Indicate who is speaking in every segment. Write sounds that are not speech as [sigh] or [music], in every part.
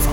Speaker 1: 方，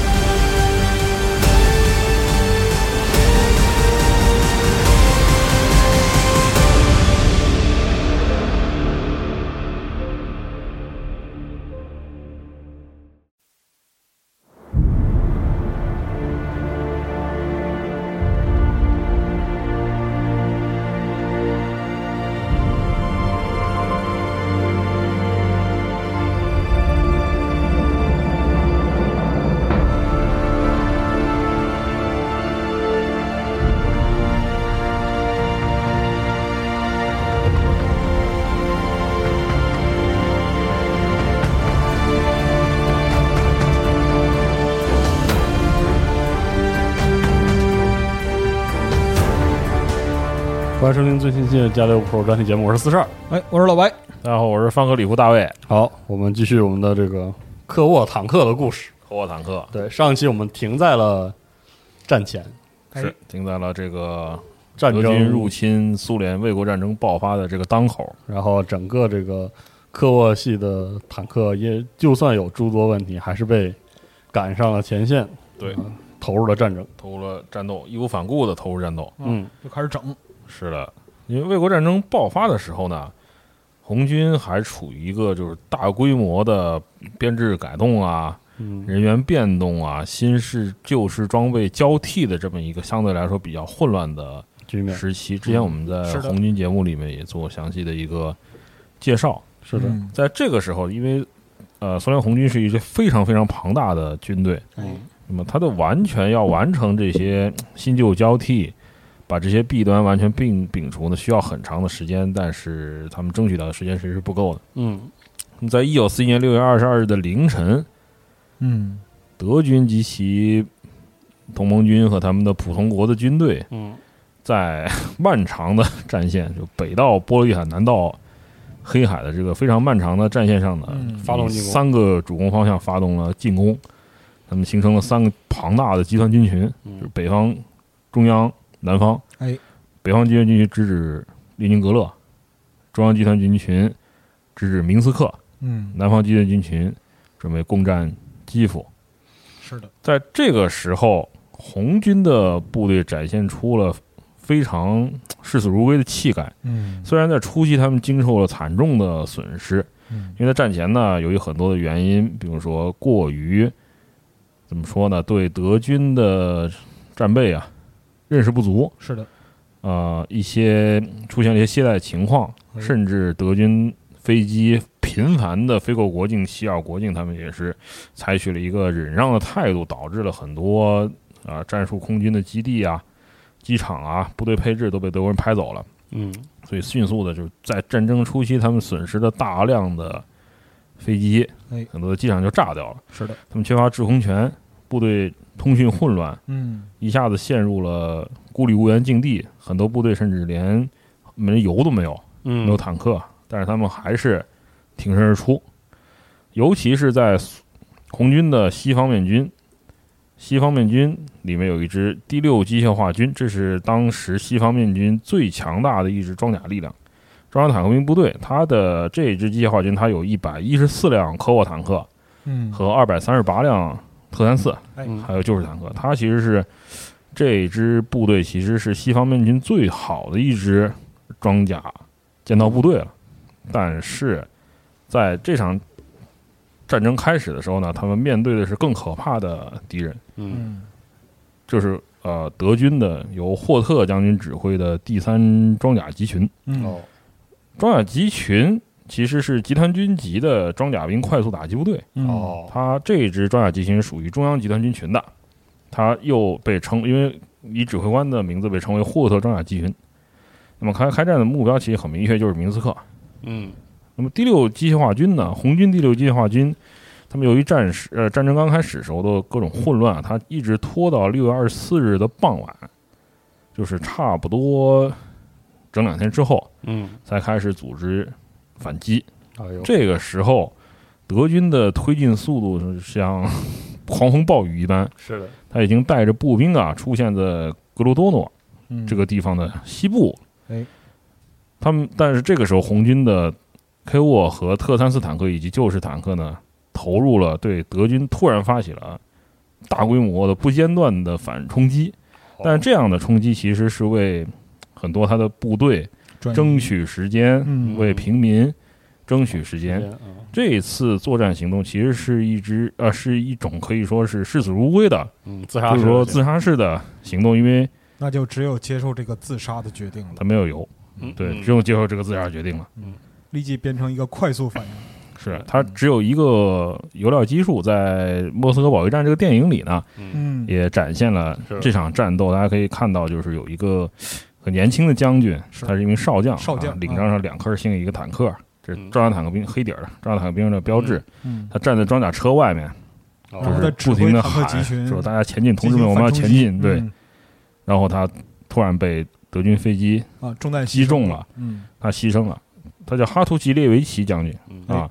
Speaker 2: 欢迎收听最新期的《加六 Pro》专题节目，我是四十二。
Speaker 3: 哎，我是老白。
Speaker 2: 大家好，我是方科里胡大卫。
Speaker 3: 好，我们继续我们的这个克沃坦克的故事。
Speaker 2: 科沃坦克
Speaker 3: 对，上一期我们停在了战前
Speaker 2: 是停在了这个
Speaker 3: 战
Speaker 2: 德军
Speaker 3: 争
Speaker 2: 入，侵苏联、卫国战争爆发的这个当口。
Speaker 3: 然后整个这个克沃系的坦克也就算有诸多问题，还是被赶上了前线，呃
Speaker 2: 对，
Speaker 3: 投入了战争。
Speaker 2: 投入了战斗，义无反顾的投入战斗。
Speaker 3: 嗯，
Speaker 4: 就开始整，
Speaker 2: 是的，因为卫国战争爆发的时候呢，红军还处于一个就是大规模的编制改动
Speaker 3: 嗯
Speaker 2: 啊、人员变动啊、新式旧式装备交替的这么一个相对来说比较混乱的
Speaker 3: 局面
Speaker 2: 时期。之前我们在
Speaker 4: 是的
Speaker 2: 红军节目里面也做详细的一个介绍。
Speaker 3: 是的，
Speaker 4: 嗯
Speaker 2: 在这个时候，因为呃，苏联红军是一支非常非常庞大的军队，
Speaker 3: 嗯
Speaker 2: 那么它的完全要完成这些嗯新旧交替，把这些弊端完全并摒除呢，需要很长的时间，但是他们争取到的时间其实是不够的。
Speaker 3: 嗯，
Speaker 2: 那么在一九四一年六月二十二日的凌晨，
Speaker 4: 嗯，
Speaker 2: 德军及其同盟军和他们的普通国的军队
Speaker 3: 嗯，
Speaker 2: 在 [laughs] 漫长的战线，就北到波罗的海，南到黑海的这个非常漫长的战线上呢，
Speaker 4: 嗯
Speaker 3: 发动进攻
Speaker 2: 三个主攻方向发动了进攻，他们形成了三个庞大的集团军群，
Speaker 3: 嗯
Speaker 2: 就是北方、中央、南方。
Speaker 4: 哎，
Speaker 2: 北方集团军群直指列宁格勒，中央集团军群直指明斯克，
Speaker 4: 嗯，
Speaker 2: 南方集团军群准备攻占基辅。
Speaker 4: 是的，
Speaker 2: 在这个时候，红军的部队展现出了非常视死如归的气概。
Speaker 4: 嗯
Speaker 2: 虽然在初期他们经受了惨重的损失，
Speaker 4: 嗯
Speaker 2: 因为在战前呢，由于很多的原因，比如说过于怎么说呢，对德军的战备啊认识不足，
Speaker 4: 是的，
Speaker 2: 啊，一些出现了一些懈怠情况，
Speaker 4: 哎
Speaker 2: 甚至德军飞机频繁的飞过国境、袭扰国境，他们也是采取了一个忍让的态度，导致了很多啊、战术空军的基地啊、机场啊、部队配置都被德国人拍走了。
Speaker 3: 嗯，
Speaker 2: 所以迅速的就是在战争初期，他们损失了大量的飞机
Speaker 4: 哎，
Speaker 2: 很多的机场就炸掉了。
Speaker 4: 是的，
Speaker 2: 他们缺乏制空权，部队通讯混乱，
Speaker 4: 嗯
Speaker 2: 一下子陷入了孤立无援境地，很多部队甚至连门油都没有，没有
Speaker 3: 嗯，
Speaker 2: 坦克，啊但是他们还是挺身而出，尤其是在苏红军的西方面军，西方面军里面有一支第六机械化军，这是当时西方面军最强大的一支装甲力量。装甲坦克兵部队，它的这支机械化军，它有一百一十四辆科沃坦克
Speaker 4: 嗯，
Speaker 2: 和二百三十八辆特三四，
Speaker 4: 哎，
Speaker 3: 嗯
Speaker 2: 还有就是坦克，它其实是这支部队其实是西方面军最好的一支装甲剑道部队了。但是在这场战争开始的时候呢，他们面对的是更可怕的敌人，
Speaker 3: 嗯
Speaker 4: 嗯
Speaker 2: 就是呃德军的由霍特将军指挥的第三装甲集群。
Speaker 4: 嗯
Speaker 3: 哦
Speaker 2: 装甲集群其实是集团军级的装甲兵快速打击部队，
Speaker 4: 嗯
Speaker 3: 哦
Speaker 2: 它这支装甲集群属于中央集团军群的，它又被称因为以指挥官的名字被称为霍特装甲集群。那么开开战的目标其实很明确，就是明斯克。
Speaker 3: 嗯
Speaker 2: 那么第六机械化军呢？红军第六机械化军，他们由于战时呃战争刚开始时候的各种混乱啊，他一直拖到六月二十四日的傍晚，就是差不多整两天之后，
Speaker 3: 嗯，
Speaker 2: 才开始组织反击。
Speaker 3: 哎呦，
Speaker 2: 这个时候，德军的推进速度是像 [laughs] 狂风暴雨一般，
Speaker 3: 是的，
Speaker 2: 他已经带着步兵啊出现在格罗多诺
Speaker 4: 嗯
Speaker 2: 这个地方的西部。
Speaker 4: 哎，
Speaker 2: 他们但是这个时候，红军的 K 沃和特三四坦克以及旧式坦克呢，投入了对德军突然发起了大规模的不间断的反冲击。
Speaker 3: 哦
Speaker 2: 但这样的冲击其实是为很多他的部队
Speaker 4: 专业
Speaker 2: 争取时间，
Speaker 4: 嗯
Speaker 2: 为平民争取时间。
Speaker 3: 嗯
Speaker 2: 这一次作战行动其实是一支呃是一种可以说是视死如归的，
Speaker 3: 嗯，自
Speaker 4: 啊
Speaker 3: 杀
Speaker 2: 或者
Speaker 3: 式
Speaker 2: 说
Speaker 3: 的
Speaker 2: 自杀式的行动，因为
Speaker 4: 那就只有接受这个自杀的决定了，
Speaker 2: 他没有油，
Speaker 3: 嗯
Speaker 2: 对，
Speaker 3: 嗯
Speaker 2: 只有接受这个自杀决定了。
Speaker 4: 立即变成一个快速反应。
Speaker 2: 是他
Speaker 4: 嗯
Speaker 2: 只有一个油料基数，在《莫斯科保卫战》这个电影里呢，
Speaker 3: 嗯
Speaker 4: 嗯
Speaker 2: 也展现了这场战斗。大家可以看到，就是有一个很年轻的将军，
Speaker 4: 是
Speaker 2: 他是一名少将，
Speaker 4: 少将嗯
Speaker 2: 啊领章上两颗星，一个坦克，这是
Speaker 3: 嗯
Speaker 2: 装甲坦克兵黑底儿的装甲坦克兵的标志。
Speaker 4: 嗯，
Speaker 2: 他站在装甲车外面，
Speaker 3: 哦
Speaker 4: 然后
Speaker 2: 就
Speaker 4: 他
Speaker 2: 是
Speaker 4: 指
Speaker 2: 不停
Speaker 4: 挥
Speaker 2: 的
Speaker 4: 坦克
Speaker 2: 喊，
Speaker 4: 集群
Speaker 2: 就是大家前进，同
Speaker 4: 进
Speaker 2: 志
Speaker 4: 行
Speaker 2: 们，我们要
Speaker 4: 反冲
Speaker 2: 前
Speaker 4: 击
Speaker 2: 进。对，
Speaker 4: 嗯
Speaker 2: 然后他突然被德军飞机
Speaker 4: 啊，中弹
Speaker 2: 击中了，
Speaker 4: 嗯
Speaker 2: 他牺牲了。他叫哈图奇列维奇将军
Speaker 3: 嗯
Speaker 2: 啊，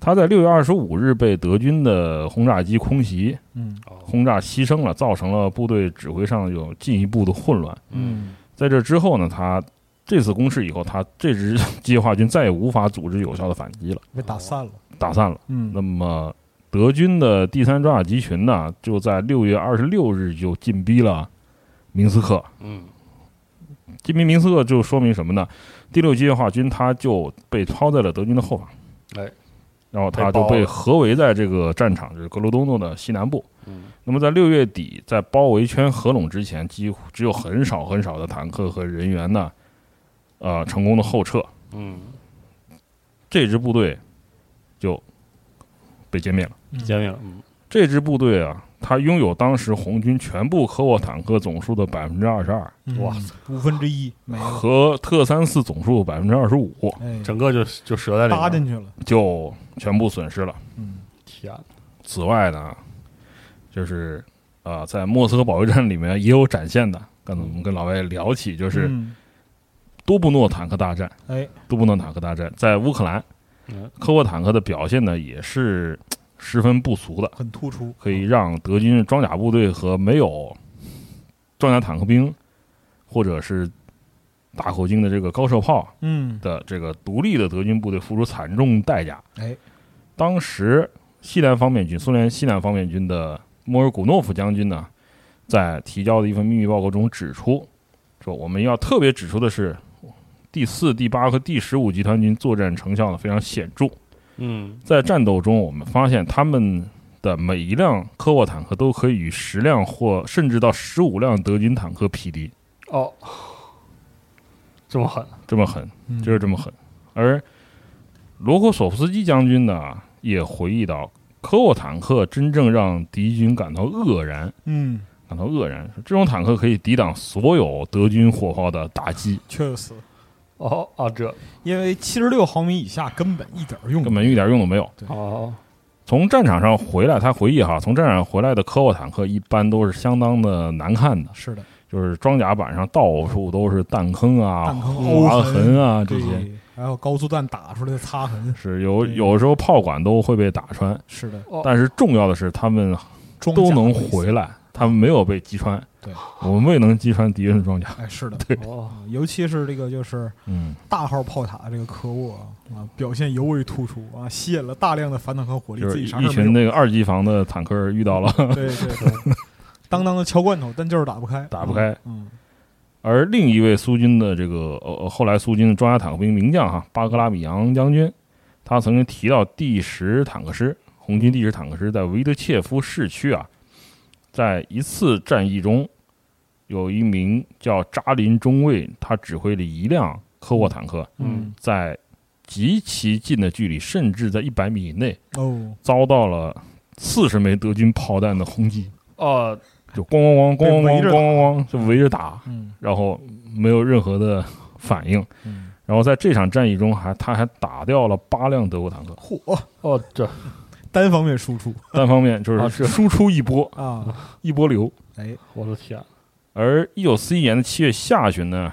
Speaker 2: 他在六月二十五日被德军的轰炸机空袭
Speaker 4: 嗯
Speaker 3: 哦
Speaker 2: 轰炸牺牲了，造成了部队指挥上有进一步的混乱。
Speaker 3: 嗯
Speaker 4: 嗯
Speaker 2: 在这之后呢，他这次攻势以后，他这支 [laughs] 机械化军再也无法组织有效的反击了，
Speaker 4: 被打散了。
Speaker 2: 打散了。
Speaker 4: 嗯
Speaker 2: 那么德军的第三装甲集群呢，就在六月二十六日就进逼了明斯克。
Speaker 3: 嗯
Speaker 2: 进逼明斯克就说明什么呢？第六机械化军他就被抛在了德军的后方，
Speaker 3: 哎，
Speaker 2: 然后他
Speaker 3: 被
Speaker 2: 就
Speaker 3: 包
Speaker 2: 被
Speaker 3: 了
Speaker 2: 合围在这个战场，就是格罗东诺的西南部。
Speaker 3: 嗯
Speaker 2: 那么在六月底，在包围圈合拢之前，几乎只有很少很少的坦克和人员呢，呃，成功的后撤，
Speaker 3: 嗯，
Speaker 2: 这支部队就被歼灭了。
Speaker 3: 煎饼，嗯
Speaker 2: 这支部队啊，它拥有当时红军全部科沃坦克总数的百分之二十二
Speaker 4: 嗯
Speaker 3: 哇，
Speaker 4: 五分之一没了，
Speaker 2: 和特三四总数百分之二十五，
Speaker 4: 哎，
Speaker 3: 整个就就折在里面
Speaker 4: 搭进去了。
Speaker 2: 就全部损失了。
Speaker 4: 嗯
Speaker 3: 天，
Speaker 2: 此外呢，就是啊、呃在莫斯科保卫战里面也有展现的。刚才我们跟老外聊起，就是
Speaker 4: 嗯
Speaker 2: 多布诺坦克大战。
Speaker 4: 哎，
Speaker 2: 多布诺坦克大战在乌克兰
Speaker 3: 嗯，
Speaker 2: 科沃坦克的表现呢，也是嘖十分不俗的，
Speaker 4: 很突出。
Speaker 2: 可以让德军装甲部队和没有装甲坦克兵或者是大口径的这个高射炮
Speaker 4: 嗯
Speaker 2: 的这个独立的德军部队付出惨重代价。
Speaker 4: 哎，
Speaker 2: 当时西南方面军，苏联西南方面军的莫尔古诺夫将军呢，在提交的一份秘密报告中指出，说我们要特别指出的是，第四、第八和第十五集团军作战成效呢非常显著。
Speaker 3: 嗯
Speaker 2: 在战斗中，我们发现他们的每一辆科沃坦克都可以与十辆或甚至到十五辆德军坦克匹敌，
Speaker 3: 哦，这么狠，
Speaker 2: 这么狠。
Speaker 4: 嗯
Speaker 2: 就是这么狠。而罗科索夫斯基将军呢，也回忆到，科沃坦克真正让敌军感到愕然，
Speaker 4: 嗯，
Speaker 2: 感到愕然。这种坦克可以抵挡所有德军火炮的打击，
Speaker 4: 确实，
Speaker 3: 哦啊这，
Speaker 4: 因为七十六毫米以下根本一点儿用
Speaker 2: 根本一点用都没有。
Speaker 3: 哦
Speaker 2: 从战场上回来，他回忆哈，从战场上回来的科沃坦克一般都是相当的难看的，
Speaker 4: 是的，
Speaker 2: 就是装甲板上到处都是弹坑啊、
Speaker 4: 弹坑
Speaker 2: 划
Speaker 4: 凹
Speaker 2: 痕啊这些，
Speaker 4: 对，还有高速弹打出来的擦痕。
Speaker 2: 是有有时候炮管都会被打穿。
Speaker 4: 是的，
Speaker 3: 哦，
Speaker 2: 但是重要的是，他们
Speaker 4: 装
Speaker 2: 都
Speaker 4: 甲
Speaker 2: 能
Speaker 4: 的意思
Speaker 2: 回。来，他们没有被击穿。
Speaker 4: 对，
Speaker 2: 我们未能击穿敌人的装甲。
Speaker 4: 哎，是的，
Speaker 3: 哦
Speaker 4: 啊尤其是这个就是
Speaker 2: 嗯，
Speaker 4: 大号炮塔这个科沃啊啊，表现尤为突出啊，吸引了大量的反坦克火力，
Speaker 2: 就
Speaker 4: 自
Speaker 2: 是
Speaker 4: 己啥
Speaker 2: 一
Speaker 4: 事儿
Speaker 2: 群
Speaker 4: 没
Speaker 2: 那个二级房的坦克遇到了
Speaker 4: [laughs]
Speaker 2: [laughs]
Speaker 4: 有。对对对，当当的敲罐头，但就是打不开，
Speaker 2: 打不开，
Speaker 4: 嗯。
Speaker 2: 而另一位苏军的这个呃呃后来苏军的装甲坦克兵名将哈巴格拉米扬将军，他曾经提到第十坦克师，红军第十坦克师在维德切夫市区啊，在一次战役中，有一名叫扎林中尉，他指挥了一辆科沃坦克，
Speaker 3: 嗯
Speaker 2: 在极其近的距离，甚至在一百米以内，
Speaker 4: 哦，
Speaker 2: 遭到了四十枚德军炮弹的轰击，
Speaker 3: 哦，
Speaker 2: 就咣咣咣咣
Speaker 4: 被围
Speaker 2: 咣咣
Speaker 4: 着打
Speaker 2: 咣咣就围着打，
Speaker 4: 嗯
Speaker 2: 然后没有任何的反应。
Speaker 4: 嗯，
Speaker 2: 然后在这场战役中还他还打掉了八辆德国
Speaker 4: [laughs]
Speaker 2: 坦克，
Speaker 4: 嚯，
Speaker 3: 哦，这
Speaker 4: 单方面输出
Speaker 2: 单方面就
Speaker 3: 啊
Speaker 2: 是
Speaker 3: 是
Speaker 2: 输出一波、
Speaker 4: 啊，
Speaker 2: 一波流。
Speaker 4: 哎，
Speaker 3: 我的天，
Speaker 2: 而一九四一年的七月下旬呢，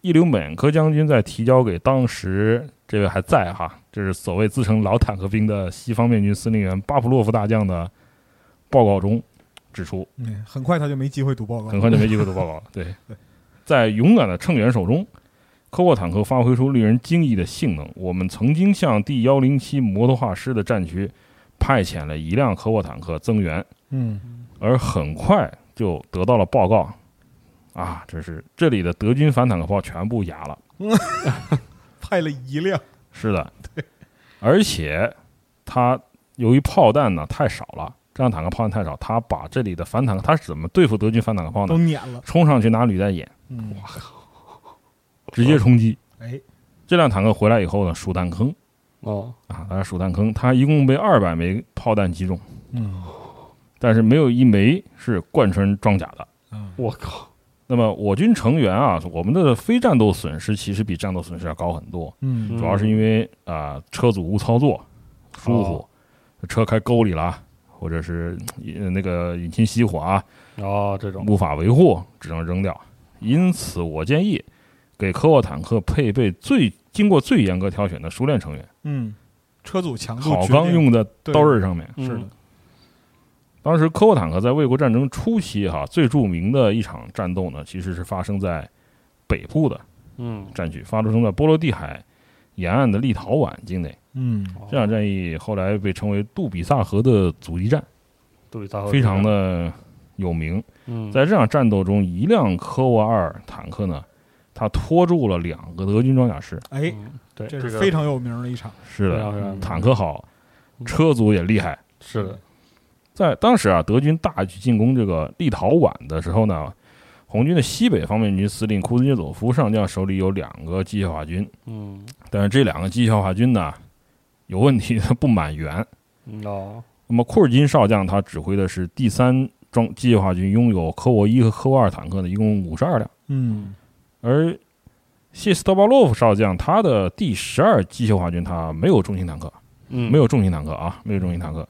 Speaker 2: 伊留美科将军在提交给当时这位还在哈，这是所谓自称老坦克兵的西方面军司令员巴甫洛夫大将的报告中指出，
Speaker 4: 嗯，很快他就没机会读报告，
Speaker 2: 很快就没机会读报告了。对
Speaker 4: 对，
Speaker 2: 在勇敢的乘员手中，科沃坦克发挥出令人惊异的性能。我们曾经向第幺零七摩托化师的战区派遣了一辆科沃坦克增援，
Speaker 4: 嗯，
Speaker 2: 而很快就得到了报告。啊，这是这里的德军反坦克炮全部哑了。
Speaker 4: 派了一辆，
Speaker 2: 是的，而且他由于炮弹呢太少了，这辆坦克炮弹太少，他把这里的反坦克，他是怎么对付德军反坦克炮
Speaker 4: 都
Speaker 2: 呢？
Speaker 4: 撵了，
Speaker 2: 冲上去拿履带掩，
Speaker 4: 嗯，
Speaker 2: 直接冲击。
Speaker 4: 哎，
Speaker 2: 这辆坦克回来以后呢，数弹坑
Speaker 3: 哦，
Speaker 2: 啊，它是数弹坑，它一共被二百枚炮弹击中，
Speaker 4: 嗯
Speaker 2: 但是没有一枚是贯穿装甲的。
Speaker 4: 啊，
Speaker 3: 我靠，
Speaker 2: 那么我军成员啊，我们的非战斗损失其实比战斗损失要高很多，
Speaker 4: 嗯
Speaker 2: 主要是因为啊、车主误操作疏忽，车开沟里了啊，或者是呃那个引擎熄火啊，
Speaker 3: 哦，这种
Speaker 2: 无法维护，只能扔掉。因此，我建议给科沃坦克配备最经过最严格挑选的熟练成员，
Speaker 4: 嗯，车主强度
Speaker 2: 好
Speaker 4: 决
Speaker 2: 钢
Speaker 4: 定
Speaker 2: 用在
Speaker 4: 对
Speaker 2: 刀刃上面。
Speaker 4: 是的，
Speaker 2: 当时科沃坦克在卫国战争初期哈、最著名的一场战斗呢，其实是发生在北部的
Speaker 3: 嗯，
Speaker 2: 战区，发生在波罗的海沿岸的立陶宛境内。
Speaker 4: 嗯
Speaker 3: 嗯
Speaker 2: 这场战役后来被称为杜比萨河的阻击战，
Speaker 3: 对大河
Speaker 2: 非常
Speaker 3: 之战，
Speaker 2: 的有名。
Speaker 3: 嗯，
Speaker 2: 在这场战斗中，一辆科沃二坦克呢，它拖住了两个德军装甲师。
Speaker 4: 哎，
Speaker 3: 嗯，对，
Speaker 4: 这
Speaker 3: 这
Speaker 4: 是
Speaker 3: 个
Speaker 4: 非常有名的一场，
Speaker 2: 是
Speaker 3: 非常非
Speaker 2: 的
Speaker 3: 常，
Speaker 2: 坦克好，车族也厉害。
Speaker 3: 是的，
Speaker 2: 在当时啊，德军大举进攻这个立陶宛的时候呢，红军的西北方面军司令库兹涅佐夫上将手里有两个机械化军，
Speaker 3: 嗯，
Speaker 2: 但是这两个机械化军呢有问题，它不满员。
Speaker 3: 嗯哦，
Speaker 2: 那么库尔金少将他指挥的是第三装机械化军，拥有科沃一和科沃二坦克呢，一共五十二辆，
Speaker 4: 嗯
Speaker 2: 而谢斯特巴洛夫少将他的第十二机械化军他没有重型坦克，
Speaker 3: 嗯，
Speaker 2: 没有重型坦克啊，没有重型坦克，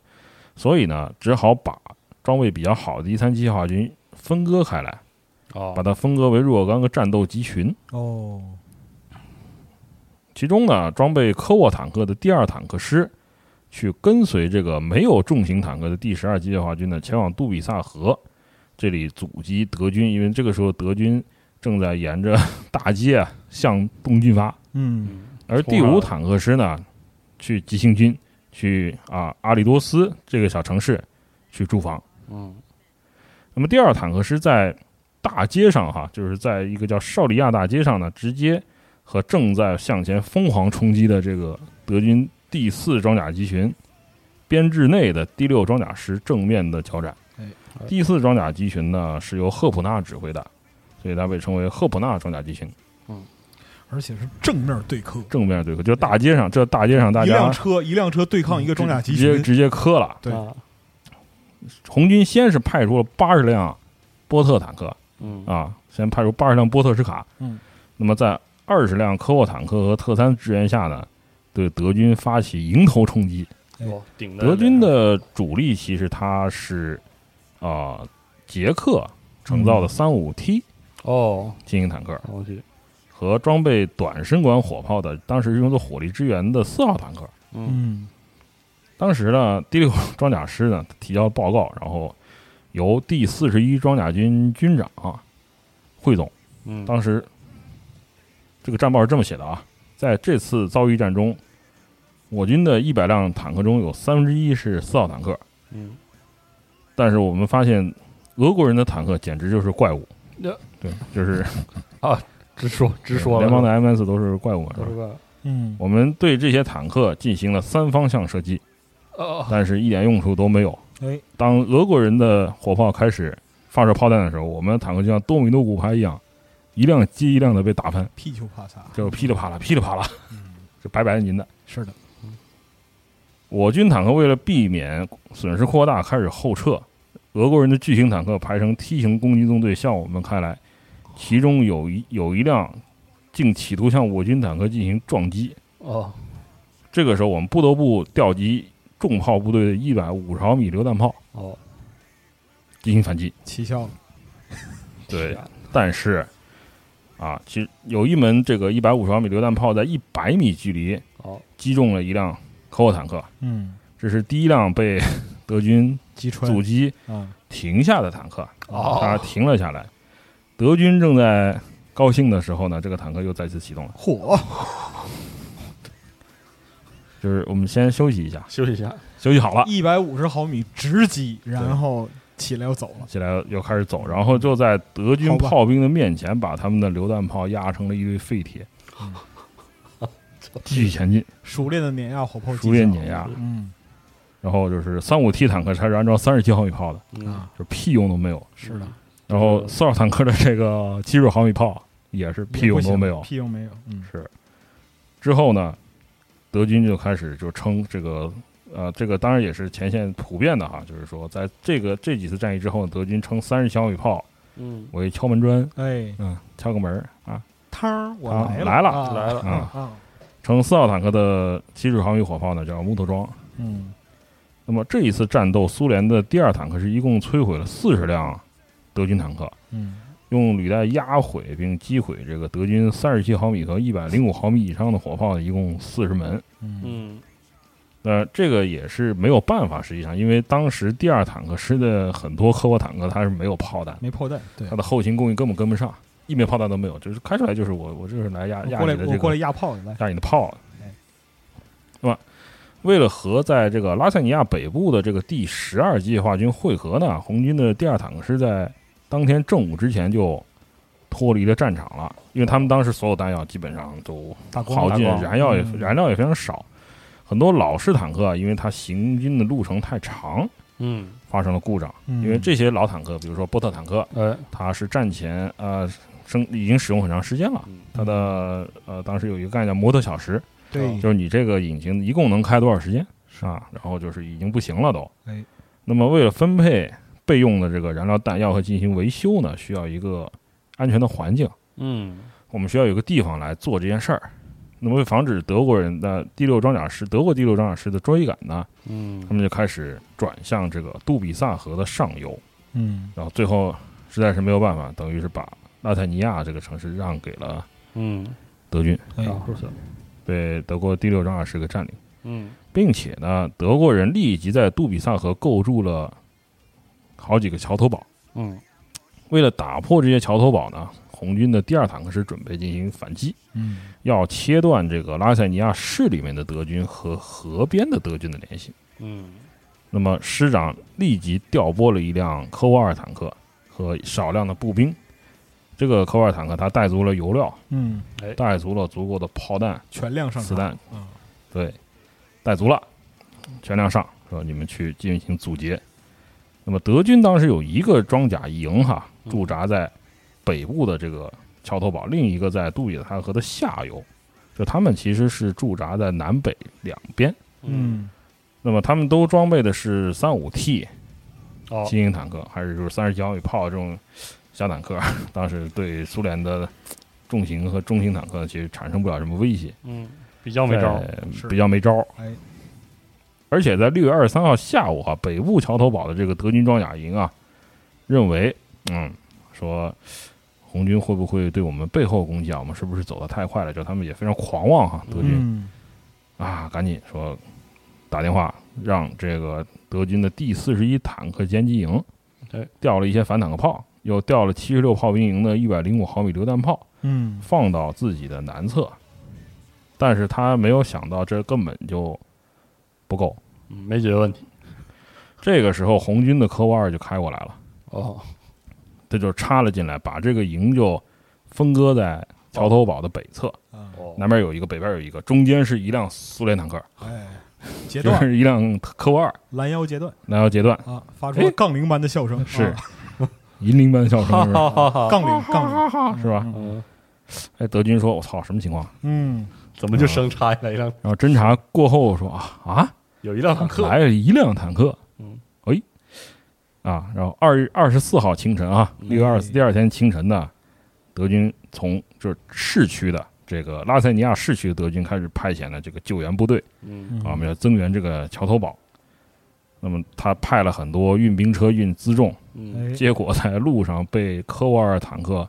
Speaker 2: 所以呢，只好把装备比较好的第三机械化军分割开来，
Speaker 3: 哦，
Speaker 2: 把它分割为若干个战斗集群。
Speaker 4: 哦，
Speaker 2: 其中呢，装备科沃坦克的第二坦克师去跟随这个没有重型坦克的第十二机械化军呢，前往杜比萨河这里阻击德军，因为这个时候德军正在沿着 [laughs] 大街啊向东进发。
Speaker 4: 嗯
Speaker 3: 嗯，
Speaker 2: 而第五坦克师呢，去急行军去啊阿里多斯这个小城市去驻防。
Speaker 3: 嗯，
Speaker 2: 那么第二坦克师在大街上哈，就是在一个叫绍里亚大街上呢，直接和正在向前疯狂冲击的这个德军第四装甲集群编制内的第六装甲师正面的交战
Speaker 4: 哎。
Speaker 2: 第四装甲集群呢是由赫普纳指挥的，所以它被称为赫普纳装甲集群。
Speaker 4: 而且是正面对磕，
Speaker 2: 正面对抗，就是大街上，这大街上大
Speaker 4: 一
Speaker 2: 家嗯
Speaker 4: 辆车一辆车对抗一个装甲集
Speaker 2: 直接
Speaker 4: 群，
Speaker 2: 直接磕了。
Speaker 4: 对
Speaker 3: 啊
Speaker 2: 红军先是派出了八十辆波特坦克，
Speaker 3: 嗯，
Speaker 2: 啊，先派出八十辆波特什卡，
Speaker 4: 嗯，
Speaker 2: 那么在二十辆科沃坦克和特三支援下呢，对德军发起迎头冲击。
Speaker 3: 哦，顶着
Speaker 2: 德
Speaker 3: 脸
Speaker 2: 军的主力其实它是啊、捷克承造的三五 T
Speaker 3: 哦，
Speaker 2: 轻型坦克
Speaker 3: 我去，
Speaker 2: 和装备短身管火炮的，当时用作火力支援的四号坦克。
Speaker 3: 嗯，
Speaker 4: 嗯
Speaker 2: 当时呢，第六 [laughs] 装甲师呢提交报告，然后由第四十一装甲军军长啊汇总。
Speaker 3: 嗯，
Speaker 2: 当时这个战报是这么写的啊，在这次遭遇战中，我军的一百辆坦克中有三分之一是四号坦克，
Speaker 3: 嗯，
Speaker 2: 但是我们发现俄国人的坦克简直就是怪物
Speaker 3: 呀。
Speaker 2: 对，就是
Speaker 3: 直说直说了，
Speaker 2: 联邦的 MS 都是怪物嘛，是
Speaker 3: 都
Speaker 2: 吧
Speaker 3: 是个
Speaker 4: 嗯，
Speaker 2: 我们对这些坦克进行了三方向射击，
Speaker 3: 哦
Speaker 2: 但是一点用处都没有。
Speaker 4: 哎，
Speaker 2: 当俄国人的火炮开始发射炮弹的时候，我们坦克就像多米诺骨牌一样，一辆接一辆的被打翻，
Speaker 4: 屁球啪嚓，
Speaker 2: 就噼里啪啦，噼里啪啦，
Speaker 4: 嗯，
Speaker 2: 就白白的您的。
Speaker 4: 是的，
Speaker 2: 我军坦克为了避免损失扩大，开始后撤。俄国人的巨型坦克排成梯形攻击纵队向我们开来，其中有一有一辆竟企图向我军坦克进行撞击。
Speaker 3: 哦，
Speaker 2: 这个时候，我们不得不调集重炮部队的一百五十毫米榴弹炮
Speaker 3: 哦，
Speaker 2: 进行反击。
Speaker 4: 奇效了，
Speaker 2: 对
Speaker 3: 天啊，
Speaker 2: 但是，啊，其实有一门这个一百五十毫米榴弹炮在一百米距离
Speaker 3: 哦，
Speaker 2: 击中了一辆科沃坦克，
Speaker 4: 嗯，
Speaker 2: 这是第一辆被德军
Speaker 4: 击穿
Speaker 2: 阻击
Speaker 4: 啊，
Speaker 2: 停下的坦克，
Speaker 3: 哦
Speaker 2: 它停了下来。德军正在高兴的时候呢，这个坦克又再次启动了。
Speaker 4: 嚯，
Speaker 2: 就是我们先休息一下，
Speaker 3: 休息一下，
Speaker 2: 休息好了，
Speaker 4: 一百五十毫米直击，然后起来又走了，
Speaker 2: 起来又开始走，然后就在德军
Speaker 4: 好吧
Speaker 2: 炮兵的面前，把他们的榴弹炮压成了一堆废铁，继续前进，
Speaker 4: 熟练的碾压火炮，
Speaker 2: 熟练碾压。。
Speaker 4: 嗯，
Speaker 2: 然后就是三五 T 坦克它是按照三十七毫米炮的，
Speaker 3: 嗯，
Speaker 2: 就是屁用都没有。
Speaker 4: 是的，
Speaker 2: 然后四号坦克的这个七十毫米炮也是屁
Speaker 4: 也不
Speaker 2: 用都
Speaker 4: 行
Speaker 2: 没有。
Speaker 4: 屁用没有，嗯，
Speaker 2: 之后呢，德军就开始就称这个呃，这个当然也是前线普遍的哈，就是说在这个这几次战役之后，德军称三十毫米炮
Speaker 3: 嗯，
Speaker 2: 为敲门砖，
Speaker 4: 哎，
Speaker 2: 嗯，敲个门儿啊，
Speaker 4: 汤儿我
Speaker 2: 啊
Speaker 4: 来了，
Speaker 2: 来了
Speaker 4: 啊
Speaker 3: 来了
Speaker 2: 啊
Speaker 4: 啊，
Speaker 2: 称四号坦克的七十毫米火炮呢叫木头桩。
Speaker 4: 嗯，
Speaker 2: 那么这一次战斗，苏联的第二坦克是一共摧毁了四十辆德军坦克，
Speaker 4: 嗯，
Speaker 2: 用履带压毁并击毁这个德军三十七毫米和一百零五毫米以上的火炮，一共四十门。
Speaker 4: 嗯，
Speaker 3: 嗯，
Speaker 2: 那这个也是没有办法，实际上，因为当时第二坦克师的很多科沃坦克它是没有炮弹，
Speaker 4: 没炮弹，对
Speaker 2: 它，的后勤供应根本跟不上，一枚炮弹都没有，就是开出来就是我我就是来压
Speaker 4: 我
Speaker 2: 压
Speaker 4: 过
Speaker 2: 你
Speaker 4: 来
Speaker 2: 的这
Speaker 4: 我过来
Speaker 2: 个
Speaker 4: 压炮的来，
Speaker 2: 压你的炮的
Speaker 4: 哎，
Speaker 2: 那么为了和在这个拉塞尼亚北部的这个啊第十二机械化军会合呢，啊红军的第二坦克师在当天正午之前就脱离了战场了，因为他们当时所有弹药基本上都
Speaker 4: 打光
Speaker 2: 耗
Speaker 4: 了
Speaker 2: 尽，
Speaker 4: 打光
Speaker 2: 燃料也
Speaker 4: 嗯
Speaker 2: 燃料也非常少。很多老式坦克啊，因为它行军的路程太长，
Speaker 3: 嗯，
Speaker 2: 发生了故障。
Speaker 4: 嗯
Speaker 2: 因为这些老坦克，比如说波特坦克，
Speaker 3: 哎，
Speaker 2: 它是战前呃生已经使用很长时间了。
Speaker 3: 嗯
Speaker 2: 它的呃当时有一个概念叫摩托小时，
Speaker 4: 嗯对，
Speaker 2: 就是你这个引擎一共能开多少时间啊？然后就是已经不行了都。
Speaker 4: 哎，
Speaker 2: 那么为了分配备用的这个燃料弹药和进行维修呢，需要一个安全的环境。
Speaker 3: 嗯，
Speaker 2: 我们需要有个地方来做这件事儿。那么为防止德国人的第六装甲师、德国第六装甲师的追赶呢，
Speaker 3: 嗯
Speaker 2: 他，们就开始转向这个杜比萨河的上游，
Speaker 4: 嗯，
Speaker 2: 然后最后实在是没有办法，等于是把纳泰尼亚这个城市让给了
Speaker 3: 嗯，
Speaker 2: 德军，
Speaker 4: 哎，
Speaker 3: 啊，是的，
Speaker 2: 被德国第六装甲师给占领，
Speaker 3: 嗯，
Speaker 2: 并且呢，德国人立即在杜比萨河构筑了好几个桥头堡。
Speaker 3: 嗯，
Speaker 2: 为了打破这些桥头堡呢，红军的第二坦克师准备进行反击。
Speaker 4: 嗯，
Speaker 2: 要切断这个拉塞尼亚市里面的德军和河边的德军的联系。
Speaker 3: 嗯，
Speaker 2: 那么师长立即调拨了一辆科沃尔坦克和少量的步兵。这个科沃尔坦克它带足了油料，
Speaker 4: 嗯，
Speaker 2: 带足了足够的炮弹、
Speaker 4: 全量上
Speaker 2: 子
Speaker 4: 场，
Speaker 2: 弹，
Speaker 4: 啊，
Speaker 2: 对，带足了，全量上，说你们去进行阻截。那么德军当时有一个装甲营哈
Speaker 3: 嗯
Speaker 2: 驻扎在北部的这个桥头堡，另一个在杜比塔河的下游，就他们其实是驻扎在南北两边。
Speaker 3: 嗯，
Speaker 4: 嗯，
Speaker 2: 那么他们都装备的是三五 T
Speaker 3: 哦，
Speaker 2: 新型坦克，还是就是三十七毫米炮这种小坦克。当时对苏联的重型和中型坦克其实产生不了什么威胁。
Speaker 3: 嗯，比较没招儿，
Speaker 2: 在
Speaker 4: 是
Speaker 2: 嗯比较没招儿。
Speaker 4: 哎，
Speaker 2: 而且在六月二十三号下午啊，北部桥头堡的这个德军装甲营啊，认为，嗯，说红军会不会对我们背后攻击啊？我们是不是走得太快了？就他们也非常狂妄哈、德军、
Speaker 4: 嗯，
Speaker 2: 啊，赶紧说打电话让这个德军的第四十一坦克歼击营
Speaker 3: 哎，
Speaker 2: 调了一些反坦克炮，又调了七十六炮兵营的一百零五毫米榴弹炮。
Speaker 4: 嗯，
Speaker 2: 放到自己的南侧，但是他没有想到这根本就不够。
Speaker 3: 嗯没解决问题。
Speaker 2: 这个时候，红军的科沃二就开过来了，
Speaker 3: 哦，
Speaker 2: 这就插了进来，把这个营就分割在桥头堡的北侧，
Speaker 4: 啊，
Speaker 3: 哦
Speaker 2: 南边有一个，北边有一个，中间是一辆苏联坦克，
Speaker 4: 哎，截
Speaker 2: 就
Speaker 4: 断
Speaker 2: 是一辆科沃尔，
Speaker 4: 拦腰截断
Speaker 2: 然后阶段
Speaker 4: 啊，发出了
Speaker 2: 哎
Speaker 4: 杠铃般的笑声，
Speaker 2: 是
Speaker 4: 啊
Speaker 2: [laughs] 银铃般笑声，
Speaker 3: 哈
Speaker 2: 是吧
Speaker 3: 哈哈哈，
Speaker 4: 杠铃杠铃，
Speaker 2: 是
Speaker 3: [laughs]
Speaker 2: 吧？
Speaker 3: 哦嗯，
Speaker 2: 哎，德军说：“我操，什么情况啊
Speaker 4: 嗯，
Speaker 3: 怎么就生插进来一辆？”
Speaker 2: 然后侦查过后说：“啊啊，
Speaker 3: 有一辆坦克
Speaker 2: 来了一辆坦克。”
Speaker 3: 嗯，
Speaker 2: 哎，啊，然后二月二十四号清晨啊，
Speaker 3: 嗯
Speaker 2: 六月二十四第二天清晨呢，德军从就是市区的这个拉塞尼亚市区的德军开始派遣了这个救援部队
Speaker 3: 嗯
Speaker 2: 啊，我们要增援这个桥头堡。那么他派了很多运兵车运辎重，
Speaker 3: 嗯，
Speaker 4: 哎，
Speaker 2: 结果在路上被科沃尔坦克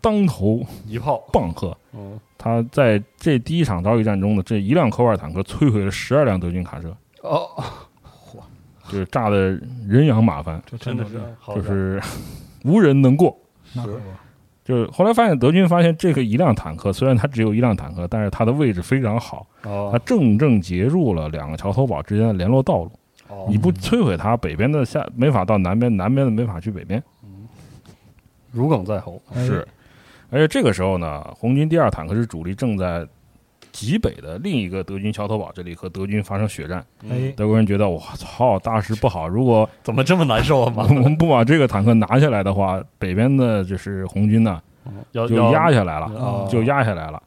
Speaker 2: 当头
Speaker 3: 一炮，
Speaker 2: 棒喝。
Speaker 3: 嗯，
Speaker 2: 他在这第一场遭遇战中的这一辆科沃尔坦克摧毁了十二辆德军卡车，
Speaker 3: 哦，
Speaker 2: 就是炸的人仰马翻，
Speaker 4: 这
Speaker 3: 真的
Speaker 4: 是
Speaker 3: 是好
Speaker 2: 就
Speaker 3: 点儿，
Speaker 2: 是无人能过。
Speaker 4: 那可
Speaker 3: 是
Speaker 4: 不，
Speaker 2: 就是后来发现德军发现这个一辆坦克，虽然它只有一辆坦克，但是它的位置非常好，它
Speaker 3: 哦，
Speaker 2: 正正截住了两个桥头堡之间的联络道路。
Speaker 3: 哦
Speaker 2: 你不摧毁它，北边的下没法到南边，南边的没法去北边。
Speaker 3: 如鲠在喉，
Speaker 4: 哎
Speaker 2: 是，而且这个时候呢，红军第二坦克师主力正在极北的另一个德军桥头堡这里和德军发生血战。
Speaker 4: 哎，
Speaker 2: 德国人觉得我操，大事不好！如果
Speaker 3: [laughs] 怎么这么难受啊？
Speaker 2: 我
Speaker 3: 妈，
Speaker 2: 们不把这个坦克拿下来的话，北边的就是红军呢
Speaker 3: 要
Speaker 2: 就
Speaker 3: 要
Speaker 2: 压下来了，嗯
Speaker 3: 哦
Speaker 2: 就压下来了。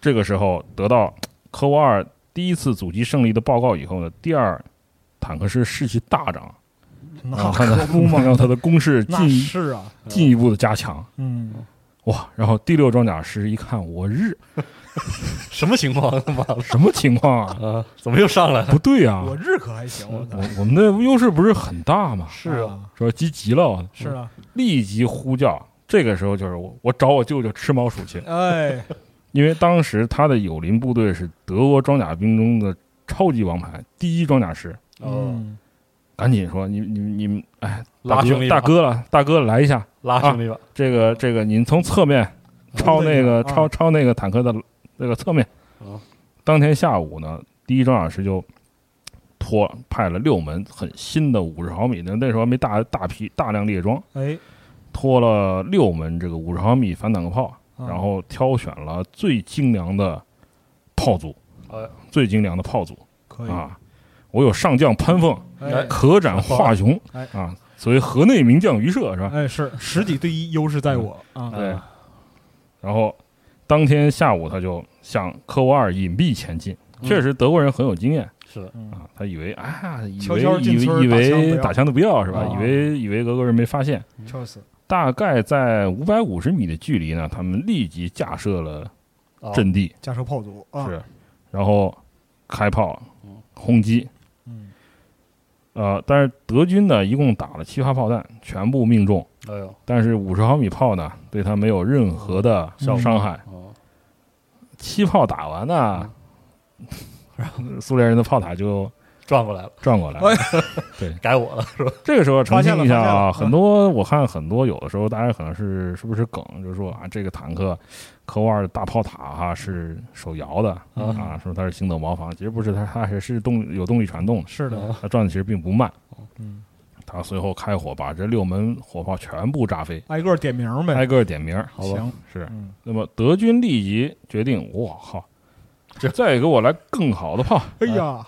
Speaker 2: 这个时候得到科沃尔第一次阻击胜利的报告以后呢，第二坦克师士气大涨，然
Speaker 4: 哎那
Speaker 2: 后他的 [laughs]
Speaker 4: 可不嘛，
Speaker 2: 然后他的攻势进
Speaker 4: 那是啊，
Speaker 2: 进一步的加强。
Speaker 4: 嗯，
Speaker 2: 哇！然后第六装甲师一看，我
Speaker 4: [laughs]
Speaker 2: 日，
Speaker 3: 什么情况啊？妈的，
Speaker 2: 什么情况啊？ [laughs]
Speaker 3: 啊，怎么又上来了？
Speaker 2: 不对啊！
Speaker 4: 我
Speaker 2: 我
Speaker 4: 日可还行，我操
Speaker 2: 我们的优势不是很大吗？
Speaker 3: 是啊，
Speaker 4: 啊，
Speaker 2: 说急急了，我
Speaker 4: 是啊，
Speaker 2: 立即呼叫。这个时候就是我，我找我舅舅吃毛鼠去，
Speaker 4: 哎，
Speaker 2: 因为当时他的友邻部队是德国装甲兵中的超级王牌第一装甲师，
Speaker 3: 哦，
Speaker 4: 嗯，
Speaker 2: 赶紧说你你你们，哎，
Speaker 3: 拉
Speaker 2: 大
Speaker 3: 兄弟吧
Speaker 2: 哥大哥了，大哥来一下，
Speaker 3: 拉兄弟吧，
Speaker 2: 这个这个您从侧面抄那
Speaker 4: 啊
Speaker 2: 个抄抄那个坦克的那个侧面
Speaker 3: 啊。
Speaker 2: 当天下午呢，第一装甲师就托派了六门很新的五十毫米的，那时候还没大大批大量列装，
Speaker 4: 哎，
Speaker 2: 拖了六门这个五十毫米反坦克炮，
Speaker 4: 啊
Speaker 2: 然后挑选了最精良的炮组，
Speaker 3: 哎
Speaker 2: 最精良的炮组
Speaker 4: 可以，
Speaker 2: 啊！我有上将潘凤，
Speaker 4: 哎
Speaker 2: 可斩华雄
Speaker 4: 哎
Speaker 2: 啊！所谓河内名将于社是吧？
Speaker 4: 哎，是十几对一优势在我啊，
Speaker 2: 对
Speaker 3: 啊，
Speaker 2: 然后当天下午他就向科沃尔隐蔽前进。
Speaker 3: 嗯
Speaker 2: 确实，德国人很有经验
Speaker 3: 是
Speaker 4: 嗯
Speaker 2: 啊，他以为啊，以
Speaker 4: 悄
Speaker 2: 为
Speaker 4: 悄进
Speaker 2: 以
Speaker 4: 村儿
Speaker 2: 为以为
Speaker 4: 打
Speaker 2: 打枪都不要是吧？
Speaker 4: 啊
Speaker 2: 以为以为俄国人没发现，
Speaker 4: 笑死，
Speaker 2: 大概在五百五十米的距离呢，他们立即架设了
Speaker 3: 啊
Speaker 2: 阵地，
Speaker 4: 架设炮组啊，
Speaker 2: 是，然后开炮轰击。
Speaker 4: 嗯，
Speaker 2: 呃，但是德军呢，一共打了七发炮弹，全部命中，
Speaker 3: 哎呦，
Speaker 2: 但是五十毫米炮呢，对他没有任何的
Speaker 4: 效果
Speaker 2: 伤害。
Speaker 3: 哦，
Speaker 2: 七炮打完呢， [laughs] 然后苏联人的炮塔就
Speaker 3: 转过来了，
Speaker 2: 转过来了。
Speaker 3: 该我了，
Speaker 2: 这个时候澄清一下
Speaker 4: 哎发现了
Speaker 2: 啊，
Speaker 4: 发现了嗯
Speaker 2: 很多我看很多有的时候大家可能是是不是梗，就是说啊，这个坦克科沃尔大炮塔哈、是手摇的
Speaker 3: 嗯
Speaker 2: 啊，说它是行走茅房，其实不是，它它还是动有动力传动的，
Speaker 4: 是
Speaker 3: 嗯
Speaker 4: 的，
Speaker 2: 它转的其实并不慢。
Speaker 4: 嗯，
Speaker 2: 它随后开火把这六门火炮全部炸飞，
Speaker 4: 挨个点名
Speaker 2: 挨
Speaker 4: 呗，
Speaker 2: 个点名。
Speaker 3: 好吧，
Speaker 4: 行，
Speaker 2: 是，
Speaker 4: 嗯，
Speaker 2: 那么德军立即决定，我靠，这再给我来更好的炮，
Speaker 4: 哎呀，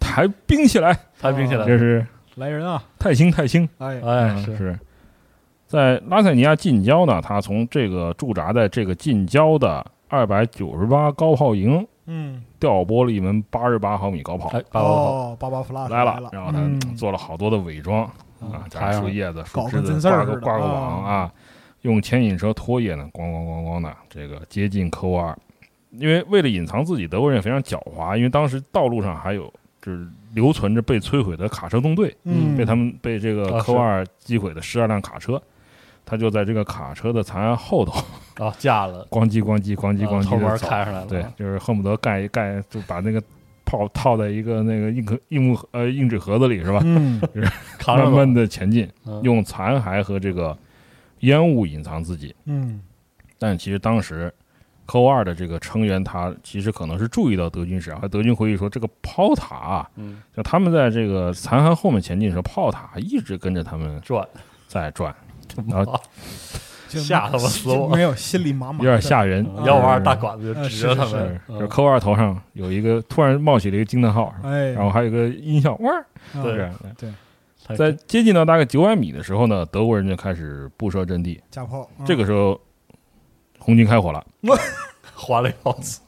Speaker 2: 抬兵起来，
Speaker 3: 摊平起来
Speaker 2: 这是
Speaker 4: 来人啊，
Speaker 2: 太轻太轻。
Speaker 4: 哎，
Speaker 3: 呃哎，
Speaker 2: 哦嗯
Speaker 3: 是，
Speaker 2: 是在拉塞尼亚近郊呢，他从这个驻扎在这个近郊的二百九十八高炮营
Speaker 4: 嗯，
Speaker 2: 调拨了一门八十八毫米高炮
Speaker 3: 哎，八万炮，
Speaker 4: 哦，八八 flash
Speaker 2: 来
Speaker 4: 了
Speaker 2: 了，，然后他
Speaker 4: 嗯
Speaker 2: 做了好多的伪装
Speaker 4: 啊
Speaker 2: 啊，加上树叶子、
Speaker 4: 搞
Speaker 2: 树枝
Speaker 4: 跟真
Speaker 2: 子，
Speaker 4: 事
Speaker 2: 挂
Speaker 4: 儿
Speaker 2: 个
Speaker 4: 似的
Speaker 2: 挂个网
Speaker 4: 啊
Speaker 2: 啊，用牵引车拖曳呢，咣咣咣咣的，这个接近科沃尔。因为为了隐藏自己，德国人也非常狡猾，因为当时道路上还有就是留存着被摧毁的卡车纵队。
Speaker 4: 嗯，
Speaker 2: 被他们被这
Speaker 3: 啊
Speaker 2: 个
Speaker 3: 是
Speaker 2: 科沃尔击毁的十二辆卡车，他就在这个卡车的残骸后头 [laughs]
Speaker 3: 啊，架了，
Speaker 2: 咣叽咣叽咣叽
Speaker 4: 哦
Speaker 3: 啊
Speaker 2: 咣
Speaker 3: 后
Speaker 2: 叽
Speaker 3: 门
Speaker 2: 的走，
Speaker 3: 开上来了，
Speaker 2: 对，就是恨不得盖盖就把那个炮套在一个那个硬壳硬木呃硬纸盒子里是吧？
Speaker 4: 嗯，
Speaker 3: 扛
Speaker 2: 慢
Speaker 3: 上
Speaker 2: 慢的前进，
Speaker 3: 嗯
Speaker 2: 用残骸和这个烟雾隐藏自己。
Speaker 4: 嗯，
Speaker 2: 但其实当时科沃尔的这个成员他其实可能是注意到德军时，和德军回忆说，这个炮塔啊
Speaker 3: 嗯
Speaker 2: 就他们在这个残啊骸后面前进的时候，炮塔一直跟着他们
Speaker 3: 转，
Speaker 2: 在转。
Speaker 3: 妈
Speaker 2: [laughs]
Speaker 4: 就
Speaker 3: 吓他们死我
Speaker 4: 没有心里麻麻
Speaker 2: 有
Speaker 4: 的，
Speaker 2: 点吓人。
Speaker 3: 幺五二大管子就
Speaker 4: 呃
Speaker 3: 指着他
Speaker 4: 是
Speaker 2: 是
Speaker 3: 们，，
Speaker 2: 嗯
Speaker 3: 嗯
Speaker 2: 就是扣二头上有一个突然冒起了一个惊叹号，
Speaker 4: 哎，
Speaker 2: 然后还有一个音效，哇儿，
Speaker 4: 啊
Speaker 2: 这
Speaker 3: 对
Speaker 2: 样的。
Speaker 3: 嗯
Speaker 2: 在接近到大概九百米的时候呢，德国人就开始布设阵地。
Speaker 4: 假炮，嗯
Speaker 2: 这个时候，红军开火了，
Speaker 3: 花里胡哨，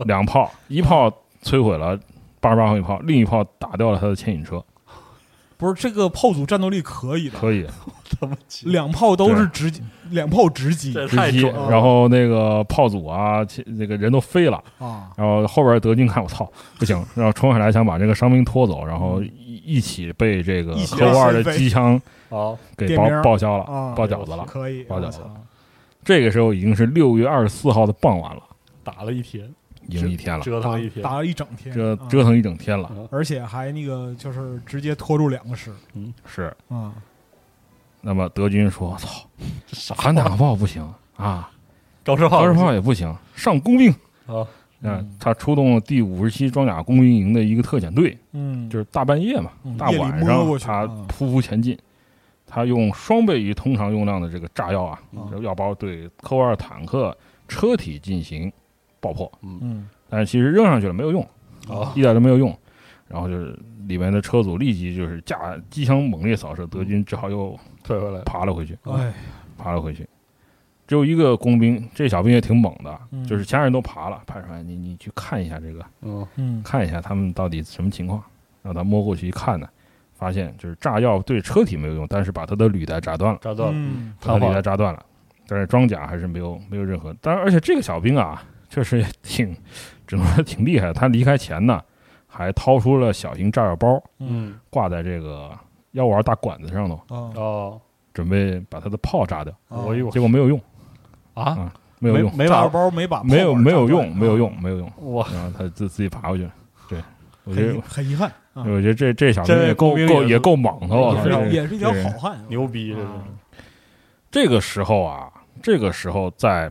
Speaker 2: 两炮，一炮摧毁了八十八号一炮，另一炮打掉了他的牵引车。
Speaker 4: 不是这个炮组战斗力可以的， [laughs]
Speaker 2: 可以，
Speaker 3: 他们急
Speaker 4: 两炮都是直击，两炮直击
Speaker 3: 这
Speaker 2: 直
Speaker 3: 太
Speaker 2: 击，
Speaker 3: 准了，
Speaker 2: 然后那个炮组啊，其那个人都飞了，
Speaker 4: 啊，
Speaker 2: 然后后边德军看我操不行，然后冲上来想把这个伤兵拖走，然后一一起被这个
Speaker 4: 嗯一起
Speaker 2: 科沃尔的
Speaker 4: 被
Speaker 2: 机枪
Speaker 3: 好，
Speaker 2: 给
Speaker 4: 点
Speaker 2: 爆
Speaker 4: 名
Speaker 2: 报销了，
Speaker 4: 啊
Speaker 2: 包饺子了。
Speaker 4: 可以，啊
Speaker 2: 包饺子
Speaker 4: 我操
Speaker 2: 这个时候已经是六月二十四号的傍晚了，
Speaker 3: 打了一天，
Speaker 2: 已经一天了，
Speaker 3: 折腾了一天，
Speaker 4: 打了一整天，
Speaker 2: 这
Speaker 4: 啊
Speaker 2: 折腾一整天了。
Speaker 4: 而且还那个就是直接拖住两个师
Speaker 2: 是，
Speaker 4: 啊，
Speaker 2: 那么德军说：“操，
Speaker 3: 啥
Speaker 2: 喊打
Speaker 4: 哦
Speaker 2: 炮不行啊，
Speaker 3: 高射炮，
Speaker 2: 高射炮也不行，上工兵。”
Speaker 3: 啊，
Speaker 2: 啊，他出动了第五十七装甲工兵营的一个特遣队，
Speaker 4: 嗯，
Speaker 2: 就是大半夜嘛，
Speaker 4: 嗯
Speaker 2: 大晚
Speaker 4: 夜里摸
Speaker 2: 上
Speaker 4: 过去
Speaker 2: 他
Speaker 4: 嗯
Speaker 2: 匍匐前进，他用双倍于通常用量的这个炸药啊
Speaker 4: 嗯，
Speaker 2: 药包对科沃尔坦克车体进行爆破，
Speaker 4: 嗯，
Speaker 2: 但是其实扔上去了没有用，
Speaker 3: 好，
Speaker 2: 一点都没有用。然后就是里面的车组立即就是架机枪猛烈扫射，德军只好又
Speaker 3: 退回来，
Speaker 2: 爬了回去，
Speaker 4: 哎，
Speaker 2: 爬了回去。只有一个工兵，这小兵也挺猛的，
Speaker 4: 嗯
Speaker 2: 就是其他人都爬了，派出来你你去看一下这个
Speaker 3: 嗯，
Speaker 4: 嗯，
Speaker 2: 看一下他们到底什么情况。然后他摸过去一看呢，发现就是炸药对车体没有用，但是把他的履带炸断了，
Speaker 3: 炸断了，
Speaker 4: 嗯，
Speaker 2: 把
Speaker 3: 瘫
Speaker 2: 他履带
Speaker 3: 痪，
Speaker 2: 炸断了，但是装甲还是没有没有任何。当然，而且这个小兵啊，确实也挺，只能说挺厉害的。他离开前呢，还掏出了小型炸药包，
Speaker 3: 嗯，
Speaker 2: 挂在这个幺五二大管子上头，
Speaker 4: 啊，
Speaker 3: 哦，
Speaker 2: 准备把他的炮炸掉，
Speaker 4: 啊
Speaker 3: 我一会儿
Speaker 2: 结果没有用，
Speaker 3: 啊，
Speaker 2: 没有
Speaker 3: 没
Speaker 2: 用，
Speaker 3: 没
Speaker 4: 炸药
Speaker 3: 把
Speaker 4: 包没把炮管
Speaker 2: 没有没有
Speaker 4: 炸啊断
Speaker 2: 用，没有，
Speaker 3: 啊
Speaker 2: 用，没有用。
Speaker 3: 我
Speaker 2: 然后他自自己爬回去了。对，我
Speaker 4: 啊
Speaker 2: 觉得
Speaker 4: 很很遗憾啊，
Speaker 2: 我觉得这这小兵
Speaker 3: 这
Speaker 2: 也够
Speaker 3: 工兵
Speaker 2: 够
Speaker 3: 也
Speaker 2: 也够莽头
Speaker 4: 也
Speaker 2: 啊！
Speaker 4: 是
Speaker 2: 这
Speaker 4: 一
Speaker 2: 个
Speaker 4: 也是一条
Speaker 2: 这个
Speaker 4: 好汉，
Speaker 3: 牛逼，这
Speaker 4: 啊
Speaker 3: 是，
Speaker 2: 这个时候啊，这个时候在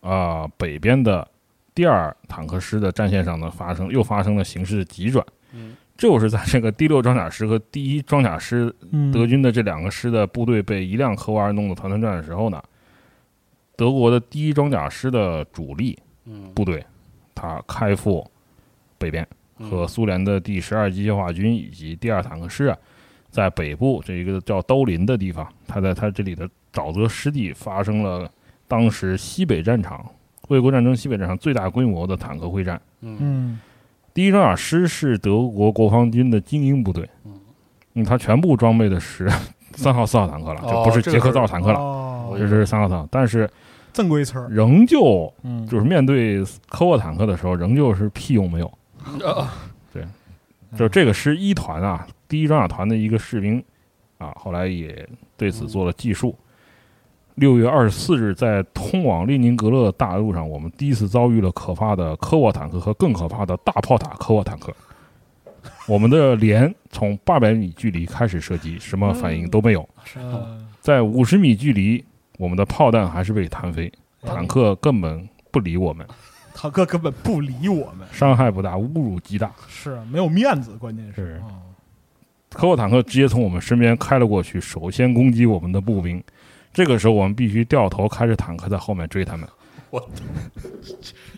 Speaker 2: 啊、呃北边的第二坦克师的战线上呢，发生又发生了形势的急转。
Speaker 3: 嗯，
Speaker 2: 就是在这个第六装甲师和第一装甲师
Speaker 4: 嗯
Speaker 2: 德军的这两个师的部队被一辆科沃尔弄得团团转的时候呢，德国的第一装甲师的主力
Speaker 3: 嗯，
Speaker 2: 部队，他开赴北边，
Speaker 3: 嗯
Speaker 2: 和苏联的第十二机械化军以及第二坦克师啊，在北部这一个叫兜林的地方，他在他这里的沼泽湿地发生了当时西北战场卫国战争西北战场最大规模的坦克会战。
Speaker 3: 嗯，
Speaker 4: 嗯
Speaker 2: 第一装甲师是德国国防军的精英部队，
Speaker 3: 嗯
Speaker 2: 嗯，他全部装备的是 [laughs] 三号、四号坦克了，就
Speaker 3: 哦
Speaker 2: 不是
Speaker 3: 这
Speaker 2: 捷
Speaker 3: 个
Speaker 2: 克
Speaker 3: 是
Speaker 2: 造坦克了，
Speaker 4: 哦
Speaker 2: 这是三号坦克，但是
Speaker 4: 正规词儿，
Speaker 2: 仍旧
Speaker 4: 嗯，
Speaker 2: 就是面对科沃坦克的时候，仍旧是屁用没有。 [laughs]
Speaker 3: 啊
Speaker 2: 就是这个师一团啊，第一装甲团的一个士兵啊，后来也对此做了记述。六月二十四日，在通往列宁格勒的大路上，我们第一次遭遇了可怕的科沃坦克和更可怕的大炮塔科沃坦克。我们的连从八百米距离开始射击，什么反应都没有。
Speaker 4: 嗯
Speaker 2: 在五十米距离，我们的炮弹还是被弹飞，坦克根本不理我们，
Speaker 4: 坦克根本不理我们，
Speaker 2: 伤害不大，侮辱极大。
Speaker 4: 是啊没有面子，关键
Speaker 2: 是嗯
Speaker 4: 是，啊
Speaker 2: 科沃坦克直接从我们身边开了过去，首先攻击我们的步兵。这个时候，我们必须掉头开着坦克在后面追他们。
Speaker 3: 我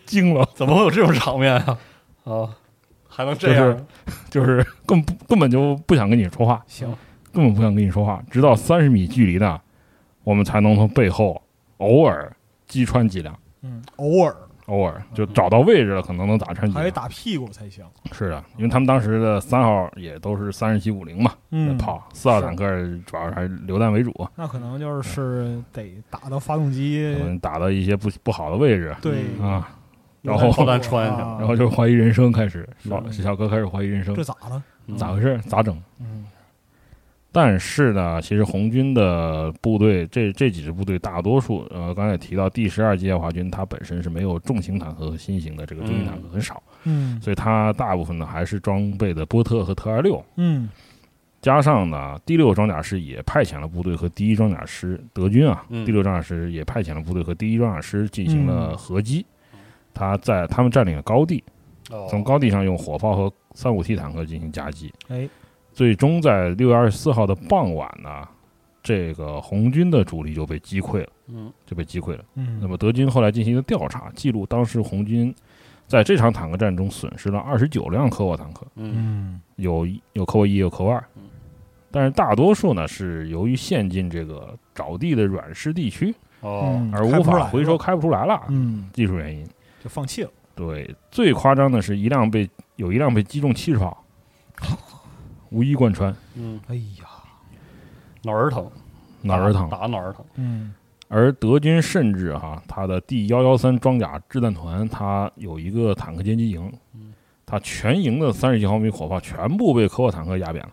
Speaker 2: 惊了，哦
Speaker 3: 怎么会有这种场面啊？
Speaker 2: [laughs]
Speaker 3: 啊，还能这
Speaker 2: 就
Speaker 3: 样？
Speaker 2: 就是根本根本就不想跟你说话，
Speaker 4: 行，
Speaker 2: 根本不想跟你说话。直到三十米距离呢，我们才能从背后偶尔击穿几辆，
Speaker 4: 嗯，偶尔
Speaker 2: 偶尔就找到位置了，可能能打穿几
Speaker 4: 还得
Speaker 2: 辆。
Speaker 4: 打屁股才行，
Speaker 2: 是的，因为他们当时的三号也都是三十七五零嘛，
Speaker 4: 嗯，
Speaker 2: 炮四号
Speaker 4: 是
Speaker 2: 坦克主要还是榴弹为主，
Speaker 4: 那可能就是得打到发动机
Speaker 2: 嗯可，能打到一些不不好的位置
Speaker 4: 对，
Speaker 2: 啊。然
Speaker 4: 用
Speaker 2: 后
Speaker 3: 炮弹穿
Speaker 4: 啊
Speaker 3: 下，
Speaker 2: 然后就是怀疑人生开始，
Speaker 3: 是
Speaker 2: 老小哥开始怀疑人生
Speaker 4: 这，咋了？
Speaker 3: 嗯
Speaker 2: 咋回事？咋整？
Speaker 4: 嗯
Speaker 2: 但是呢，其实红军的部队这这几支部队大多数，呃，刚才也提到第十二机械化军，它本身是没有重型坦克和新型的这个重型坦克很少，
Speaker 4: 嗯
Speaker 2: 所以它大部分呢还是装备的波特和特二六，
Speaker 4: 嗯
Speaker 2: 加上呢第六装甲师也派遣了部队和第一装甲师德军啊，
Speaker 3: 嗯
Speaker 2: 第六装甲师也派遣了部队和第一装甲师进行了
Speaker 4: 嗯
Speaker 2: 合击，他在他们占领了高地，
Speaker 3: 哦
Speaker 2: 从高地上用火炮和三五 T 坦克进行夹击。
Speaker 4: 哎，
Speaker 2: 最终在六月二十四号的傍晚呢，这个红军的主力就被击溃了，
Speaker 3: 嗯
Speaker 2: 就被击溃了。
Speaker 4: 嗯，
Speaker 2: 那么德军后来进行了调查，记录当时红军在这场坦克战中损失了二十九辆科沃坦克，
Speaker 3: 嗯
Speaker 4: 嗯
Speaker 2: 有一有科沃一，有科沃二
Speaker 3: 嗯，
Speaker 2: 但是大多数呢是由于陷进这个沼地的软湿地区，
Speaker 3: 哦
Speaker 4: 嗯开
Speaker 2: 而
Speaker 4: 不
Speaker 2: 无
Speaker 4: 出来
Speaker 2: 法
Speaker 4: 了
Speaker 2: 回收，开不出来了，
Speaker 4: 嗯，
Speaker 2: 技术原因。
Speaker 4: 就放弃了，
Speaker 2: 对，最夸张的是一辆被有一辆被击中七十炮，无一贯穿，
Speaker 3: 嗯，
Speaker 4: 哎呀，
Speaker 3: 脑儿疼，
Speaker 2: 哪儿疼
Speaker 3: 打？打脑儿疼，
Speaker 4: 嗯
Speaker 2: 而德军甚至哈、他的第幺幺三装甲掷弹团，它有一个坦克歼击营
Speaker 3: 嗯，
Speaker 2: 它全营的三十七毫米火炮全部被科沃坦克压扁了。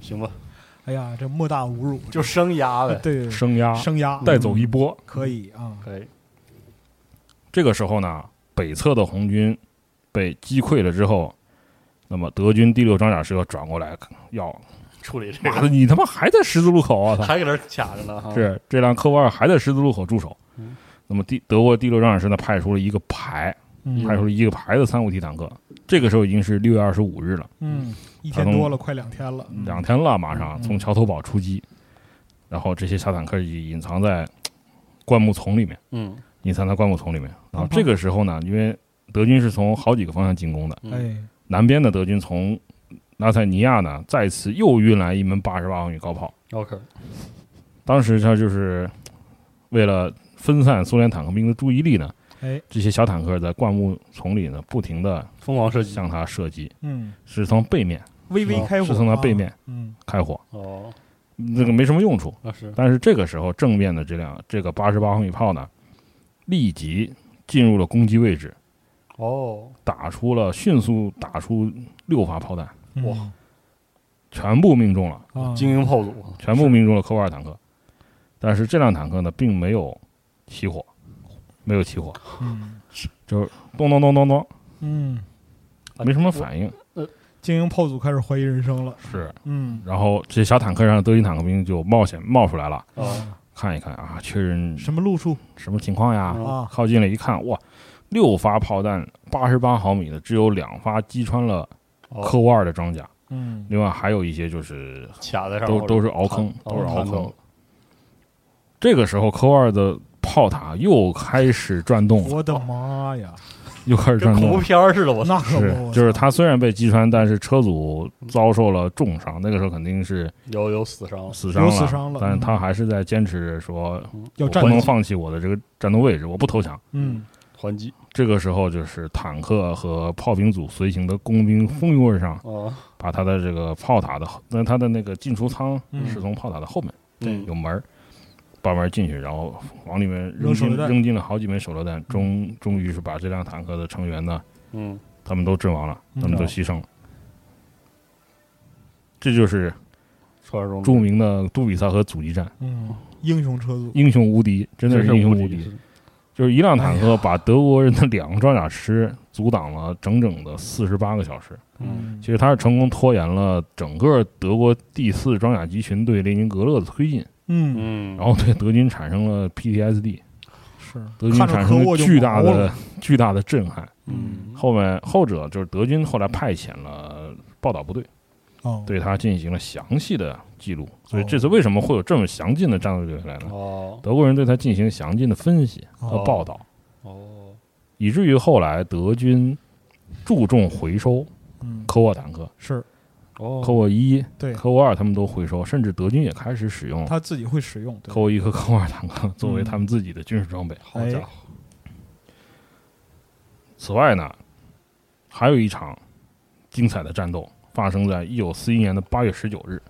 Speaker 3: 行吧，
Speaker 4: 哎呀，这莫大侮辱，
Speaker 3: 就生压
Speaker 4: 对
Speaker 3: 呗，
Speaker 4: 对对
Speaker 2: 生压
Speaker 4: 嗯生嗯压
Speaker 2: 哎啊带走一波。
Speaker 4: 可以啊，
Speaker 3: 可以，
Speaker 2: 这个时候呢，北侧的红军被击溃了之后，那么德军第六装甲师要转过来，要
Speaker 3: 处理这
Speaker 2: 妈
Speaker 3: 个
Speaker 2: 的，你他妈还在十字路口啊！操！
Speaker 3: 还搁那儿卡着呢哈，
Speaker 2: 是这辆科沃二还在十字路口驻守
Speaker 3: 嗯。
Speaker 2: 那么第德国第六装甲师呢，派出了一个排，
Speaker 4: 嗯
Speaker 2: 派出了一个排的三五 T 坦克。这个时候已经是六月二十五日了，
Speaker 4: 嗯，一天多了，快两天了，嗯
Speaker 2: 两天了，马
Speaker 4: 嗯
Speaker 2: 上
Speaker 4: 嗯
Speaker 2: 从桥头堡出击，然后这些小坦克已隐藏在灌木丛里面，
Speaker 3: 嗯，
Speaker 2: 隐藏在灌木丛里面。然后
Speaker 4: 嗯
Speaker 2: 这个时候呢，因为德军是从好几个方向进攻的，
Speaker 3: 嗯，
Speaker 4: 哎，
Speaker 2: 南边的德军从拉塞尼亚呢，再次又运来一门八十八毫米高炮。
Speaker 3: ，OK，
Speaker 2: 当时他就是为了分散苏联坦克兵的注意力呢，
Speaker 4: 哎，
Speaker 2: 这些小坦克在灌木丛里呢，不停的
Speaker 3: 疯狂射击，
Speaker 2: 向他射击，
Speaker 4: 嗯，
Speaker 2: 是从背面
Speaker 4: 微微开火，
Speaker 2: 是从他背面
Speaker 4: 啊，嗯
Speaker 2: 开火，
Speaker 3: 哦，
Speaker 2: 那个没什么用处。
Speaker 3: 那是，
Speaker 2: 但是这个时候，正面的这辆这个八十八毫米炮呢，立即进入了攻击位置，
Speaker 3: 哦，
Speaker 2: 打出了迅速打出六发炮弹，
Speaker 4: 嗯
Speaker 2: 全部命中了。
Speaker 4: 啊，
Speaker 3: 精英炮组，
Speaker 2: 全部命中了科沃尔坦克，但是这辆坦克呢，并没有起火，没有起火，
Speaker 4: 嗯
Speaker 2: 咚咚咚咚咚，
Speaker 4: 嗯，
Speaker 3: 啊
Speaker 2: 没什么反应。
Speaker 4: 精英炮组开始怀疑人生了，
Speaker 2: 是，
Speaker 4: 嗯，
Speaker 2: 然后这些小坦克上的德军坦克兵就冒险冒出来了，
Speaker 3: 哦，
Speaker 2: 看一看啊，确认
Speaker 4: 什么路数
Speaker 2: 什么情况呀？
Speaker 3: 嗯
Speaker 4: 啊？
Speaker 2: 靠近了一看，哇，六发炮弹，八十八毫米的，只有两发击穿了科
Speaker 3: 哦，
Speaker 2: 沃尔的装甲，
Speaker 4: 嗯，
Speaker 2: 另外还有一些就是
Speaker 3: 卡在上
Speaker 2: 都
Speaker 3: 面
Speaker 2: 都是凹坑，
Speaker 3: 弹
Speaker 2: 都是凹
Speaker 3: 弹走
Speaker 2: 坑
Speaker 3: 了。
Speaker 2: 这个时候，科沃尔的炮塔又开始转动了。
Speaker 4: 我的妈呀，
Speaker 2: 又开始
Speaker 3: 跟
Speaker 2: 转
Speaker 3: 恐
Speaker 2: 动
Speaker 3: 怖
Speaker 2: 了。
Speaker 3: 片儿似的，我操，
Speaker 4: 那可不，
Speaker 2: 是，就是他虽然被击穿，但是车组遭受了重伤，那个时候肯定是
Speaker 3: 有有死伤，
Speaker 2: 死伤了，
Speaker 4: 有死伤了嗯
Speaker 2: 但是他还是在坚持说，
Speaker 4: 要
Speaker 2: 我
Speaker 4: 战
Speaker 2: 不
Speaker 4: 斗
Speaker 2: 能，放弃我的这个战斗位置，我不投降。
Speaker 4: 嗯
Speaker 3: 还击
Speaker 2: 这个时候，就是坦克和炮兵组随行的工兵蜂拥而上，
Speaker 3: 啊，
Speaker 2: 把他的这个炮塔的后，那他的那个进出舱
Speaker 4: 嗯
Speaker 2: 是从炮塔的后面
Speaker 3: 嗯，
Speaker 2: 有门儿，把门儿进去，然后往里面扔
Speaker 4: 扔手榴
Speaker 2: 进
Speaker 4: 弹嗯
Speaker 2: 扔进了好几枚手榴弹，终终于是把这辆坦克的成员呢
Speaker 3: 嗯，
Speaker 2: 他们都阵亡了，
Speaker 4: 嗯
Speaker 2: 他们都牺牲了。这就是
Speaker 3: 传说中
Speaker 2: 著名的杜比萨河阻击战，
Speaker 4: 嗯，英雄车组，
Speaker 2: 英雄无敌，真的
Speaker 3: 真
Speaker 2: 是
Speaker 3: 是
Speaker 2: 英雄
Speaker 3: 无
Speaker 2: 无敌。，就是一辆
Speaker 4: 哎
Speaker 2: 坦克把德国人的两个装甲师阻挡了整整的四十八个小时。
Speaker 3: 嗯，
Speaker 2: 其实他是成功拖延了整个德国第四装甲集群对列宁格勒的推进，
Speaker 4: 嗯，
Speaker 3: 嗯，
Speaker 2: 然后对德军产生了 PTSD，
Speaker 4: 是
Speaker 2: 德军
Speaker 4: 看着
Speaker 2: 产
Speaker 4: 科
Speaker 2: 生
Speaker 4: 沃
Speaker 2: 了
Speaker 4: 就
Speaker 2: 巨大
Speaker 4: 毛
Speaker 2: 的
Speaker 4: 了
Speaker 2: [laughs] 巨大的震撼。
Speaker 3: 嗯，
Speaker 2: 后面后者就是德军后来派遣了报道部队。
Speaker 4: 哦，
Speaker 2: 对它进行了详细的记录，所以这次为什么会有这么详尽的战斗回来呢？
Speaker 3: 哦
Speaker 2: 德国人对它进行详尽的分析和
Speaker 4: 哦
Speaker 2: 报道，
Speaker 3: 哦，
Speaker 2: 以至于后来德军注重回收
Speaker 4: 嗯，
Speaker 2: 科沃坦克、
Speaker 4: 是
Speaker 3: 哦，
Speaker 2: 科沃一、
Speaker 4: 对，
Speaker 2: 科沃二，他们都回收，甚至德军也开始使用
Speaker 4: 他自己会使用，对
Speaker 2: 科沃一和科沃二坦克作为他们自己的军事装备。
Speaker 3: 好家伙，
Speaker 2: 此外呢，还有一场精彩的战斗发生在一九四一年的八月十九日，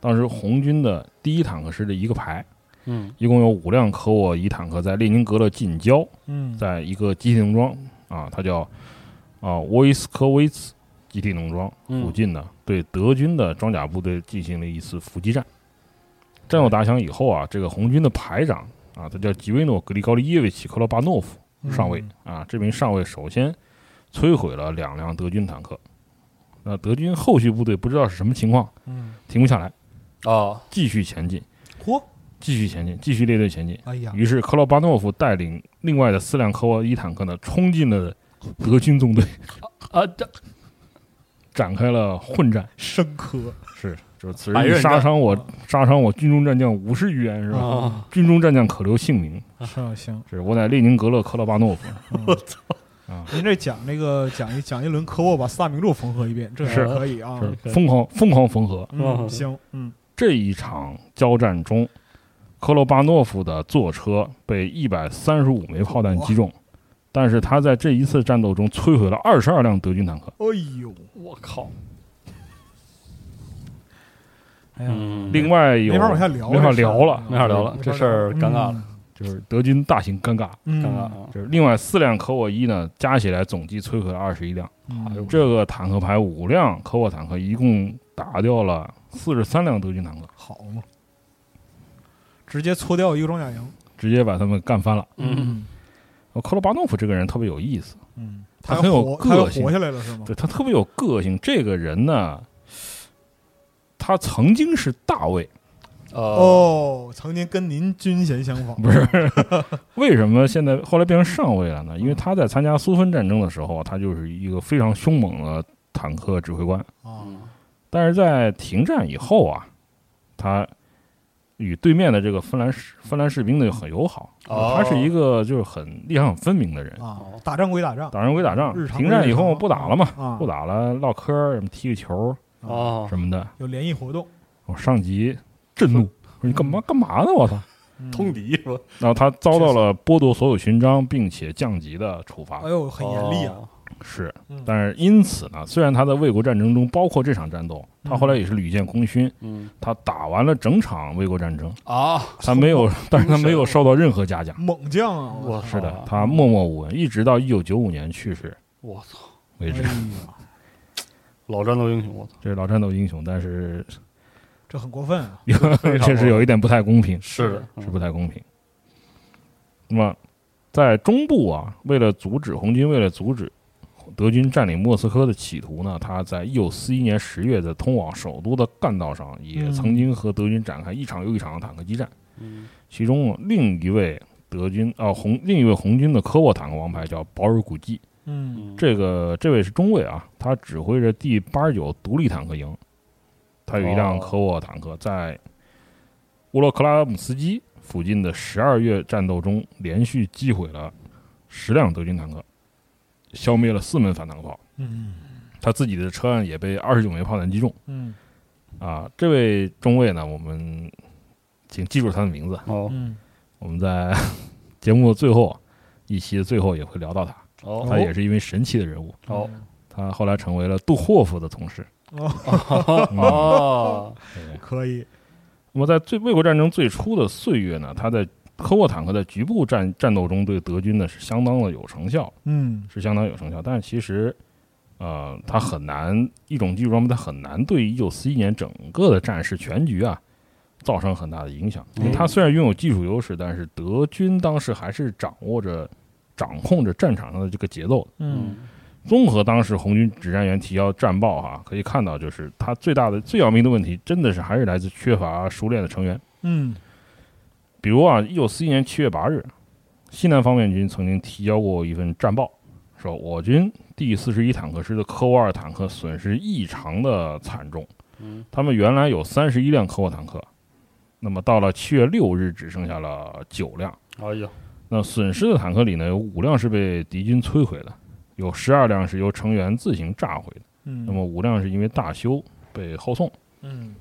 Speaker 2: 当时红军的第一坦克师的一个排。
Speaker 3: 嗯，
Speaker 2: 一共有五辆科沃伊坦克在列宁格勒近郊，
Speaker 4: 嗯，
Speaker 2: 在一个集体农庄啊，它叫啊沃伊斯科维茨集体农庄
Speaker 3: 嗯
Speaker 2: 附近呢，对德军的装甲部队进行了一次伏击战。战斗打响以后啊，这个红军的排长啊，他叫吉维诺·格里高利耶维奇·克罗巴诺夫
Speaker 4: 嗯
Speaker 2: 上尉，啊，这名上尉首先摧毁了两辆德军坦克。那德军后续部队不知道是什么情况，
Speaker 4: 嗯，
Speaker 2: 停不下来，
Speaker 3: 啊，
Speaker 2: 继续前进，
Speaker 4: 嚯，
Speaker 2: 继续前进，继续列队前进。
Speaker 4: 哎呀，
Speaker 2: 于是克劳巴诺夫带领另外的四辆科沃伊坦克呢，冲进了德军纵队，
Speaker 3: 啊，这
Speaker 2: 展开了混战。 [laughs]
Speaker 4: 生科，
Speaker 2: 是就是此
Speaker 3: 白
Speaker 2: 人
Speaker 3: 刃
Speaker 2: 已杀
Speaker 3: 战嗯
Speaker 2: 伤我，杀伤我军中战将五十余员，
Speaker 4: 嗯
Speaker 2: 是吧？
Speaker 3: 啊
Speaker 2: 军中战将可留姓名，
Speaker 4: 是啊，
Speaker 2: [laughs]
Speaker 4: 行，
Speaker 2: 是我乃列宁格勒克拉巴诺夫。
Speaker 4: 我操！
Speaker 2: 啊
Speaker 4: 您这讲这个讲一讲一轮科沃，把四大名著缝合一遍，这
Speaker 3: 是
Speaker 4: 还可以啊。
Speaker 2: 是疯狂疯狂缝合。
Speaker 4: 嗯，行，嗯，
Speaker 2: 这一场交战中，科罗巴诺夫的坐车被一百三十五枚炮弹击中，但是他在这一次战斗中摧毁了二十二辆德军坦克。
Speaker 4: 哎呦，
Speaker 3: 我靠，
Speaker 4: 哎呀，
Speaker 3: 嗯，
Speaker 2: 另外有
Speaker 4: 没法往下聊，
Speaker 2: 没法
Speaker 4: 这事儿啊
Speaker 2: 聊了
Speaker 3: 没法聊了，这事儿尴尬了，，
Speaker 2: 就是德军大型尴尬。
Speaker 4: 嗯
Speaker 3: 尴尬啊！
Speaker 2: 就是另外四辆科沃伊呢，加起来总计摧毁了二十一辆。
Speaker 4: 嗯嗯
Speaker 2: 这个坦克排五辆科沃坦克，一共打掉了四十三辆德军坦克，
Speaker 4: 好嘛，直接搓掉一个装甲营。
Speaker 2: 直接把他们干翻了。
Speaker 3: 嗯，
Speaker 2: 科罗巴诺夫这个人特别有意思。
Speaker 4: 嗯，
Speaker 2: 他
Speaker 4: 还
Speaker 2: 很有
Speaker 4: 活
Speaker 2: 个
Speaker 4: 他又
Speaker 2: 性
Speaker 4: 活下来了是吗？
Speaker 2: 对他特别有个性。这个人呢，他曾经是大卫，
Speaker 3: 呃，
Speaker 4: 哦，曾经跟您军衔相仿，
Speaker 2: 不是？为什么现在后来变成上尉了呢？因为他在参加苏芬战争的时候，他就是一个非常凶猛的坦克指挥官。
Speaker 4: 啊，
Speaker 3: 嗯
Speaker 2: 但是在停战以后啊，他与对面的这个芬兰士芬兰士兵呢就很友好。
Speaker 3: 哦
Speaker 2: 他是一个就是很立场很分明的
Speaker 3: 嗯
Speaker 2: 人。
Speaker 4: 啊，打仗归打仗，
Speaker 2: 打仗归打仗
Speaker 4: 日，常
Speaker 2: 停战以后不打了嘛，
Speaker 4: 啊
Speaker 2: 不打了，唠嗑儿什么踢个球
Speaker 3: 哦，
Speaker 2: 什么的。
Speaker 4: 有联谊活动，
Speaker 2: 我上级震怒，我说你干嘛干嘛呢？我操！
Speaker 4: 嗯
Speaker 3: 通敌是吧？
Speaker 2: 然后他遭到了剥夺所有勋章并且降级的处罚
Speaker 4: 哎。呦，很严
Speaker 3: 哦
Speaker 4: 厉啊，
Speaker 2: 是
Speaker 4: 嗯，
Speaker 2: 但是因此呢，虽然他在卫国战争中，包括这场战斗，他
Speaker 4: 嗯
Speaker 2: 后来也是屡建功勋，
Speaker 3: 嗯
Speaker 2: 他打完了整场卫国战争，
Speaker 3: 啊，
Speaker 2: 他没有，但是他没有受到任何嘉奖。
Speaker 4: 猛将啊，
Speaker 3: 我
Speaker 2: 是的
Speaker 3: 操，
Speaker 2: 他默默无闻，一直到一九九五年去世
Speaker 3: 我操，
Speaker 2: 为
Speaker 4: 哎
Speaker 2: 止。
Speaker 4: 呀，
Speaker 3: 老战斗英雄，我操，
Speaker 2: 这是老战斗英雄，但是
Speaker 4: 这很过
Speaker 3: [laughs]
Speaker 4: 分啊，
Speaker 3: 常
Speaker 2: 确实有一点不太公平。
Speaker 3: 是的，
Speaker 2: 是不太公平。那么，在中部啊，为了阻止红军为了阻止德军占领莫斯科的企图呢，他在一九四一年十月在通往首都的干道上，也
Speaker 4: 嗯
Speaker 2: 曾经和德军展开一场又一场的坦克激战。
Speaker 3: 嗯
Speaker 2: 其中另一位德军啊红另一位红军的科沃坦克王牌叫保尔古基，
Speaker 4: 嗯
Speaker 3: 嗯，
Speaker 2: 这个这位是中尉啊，他指挥着第八十九独立坦克营，他有一辆
Speaker 3: 哦
Speaker 2: 科沃坦克在乌洛克拉姆斯基附近的十二月战斗中，连续击毁了十辆德军坦克，消灭了四门反坦克炮，
Speaker 4: 嗯
Speaker 2: 他自己的车辆也被二十九枚炮弹击中
Speaker 4: 嗯
Speaker 2: 啊。这位中尉呢，我们请记住他的名字，
Speaker 3: 哦
Speaker 4: 嗯，
Speaker 2: 我们在 [laughs] 节目的最后一期的最后也会聊到他，
Speaker 3: 哦
Speaker 2: 他也是一位神奇的人物，
Speaker 4: 嗯
Speaker 3: 哦
Speaker 2: 他后来成为了杜霍夫的同事。
Speaker 4: 哦，
Speaker 2: 嗯
Speaker 3: 哦，
Speaker 4: 可以，
Speaker 2: 那么在最卫国战争最初的岁月呢，他在科沃坦克在局部战战斗中对德军呢是相当的有成效，
Speaker 4: 嗯
Speaker 2: 是相当有成效。但是其实，呃，它很难一种技术装备，它很难对一九四一年整个的战事全局啊造成很大的影响。因为它虽然拥有技术优势，但是德军当时还是掌握着。掌控着战场上的这个节奏的。
Speaker 4: 嗯
Speaker 3: 嗯
Speaker 2: 综合当时红军指战员提交战报哈、可以看到，就是它最大的、最要命的问题，真的是还是来自缺乏啊熟练的成员。
Speaker 4: 嗯
Speaker 2: 比如啊，一九四一年七月八日，西南方面军曾经提交过一份战报，说我军第四十一坦克师的科沃尔坦克损失异常的惨重，
Speaker 3: 嗯
Speaker 2: 他们原来有三十一辆科沃坦克，那么到了七月六日只剩下了九辆。
Speaker 3: 哎呀，
Speaker 2: 那损失的坦克里呢，有五辆是被敌军摧毁的，有十二辆是由成员自行炸毁的，
Speaker 4: 嗯，
Speaker 2: 那么五辆是因为大修被后送。
Speaker 4: 嗯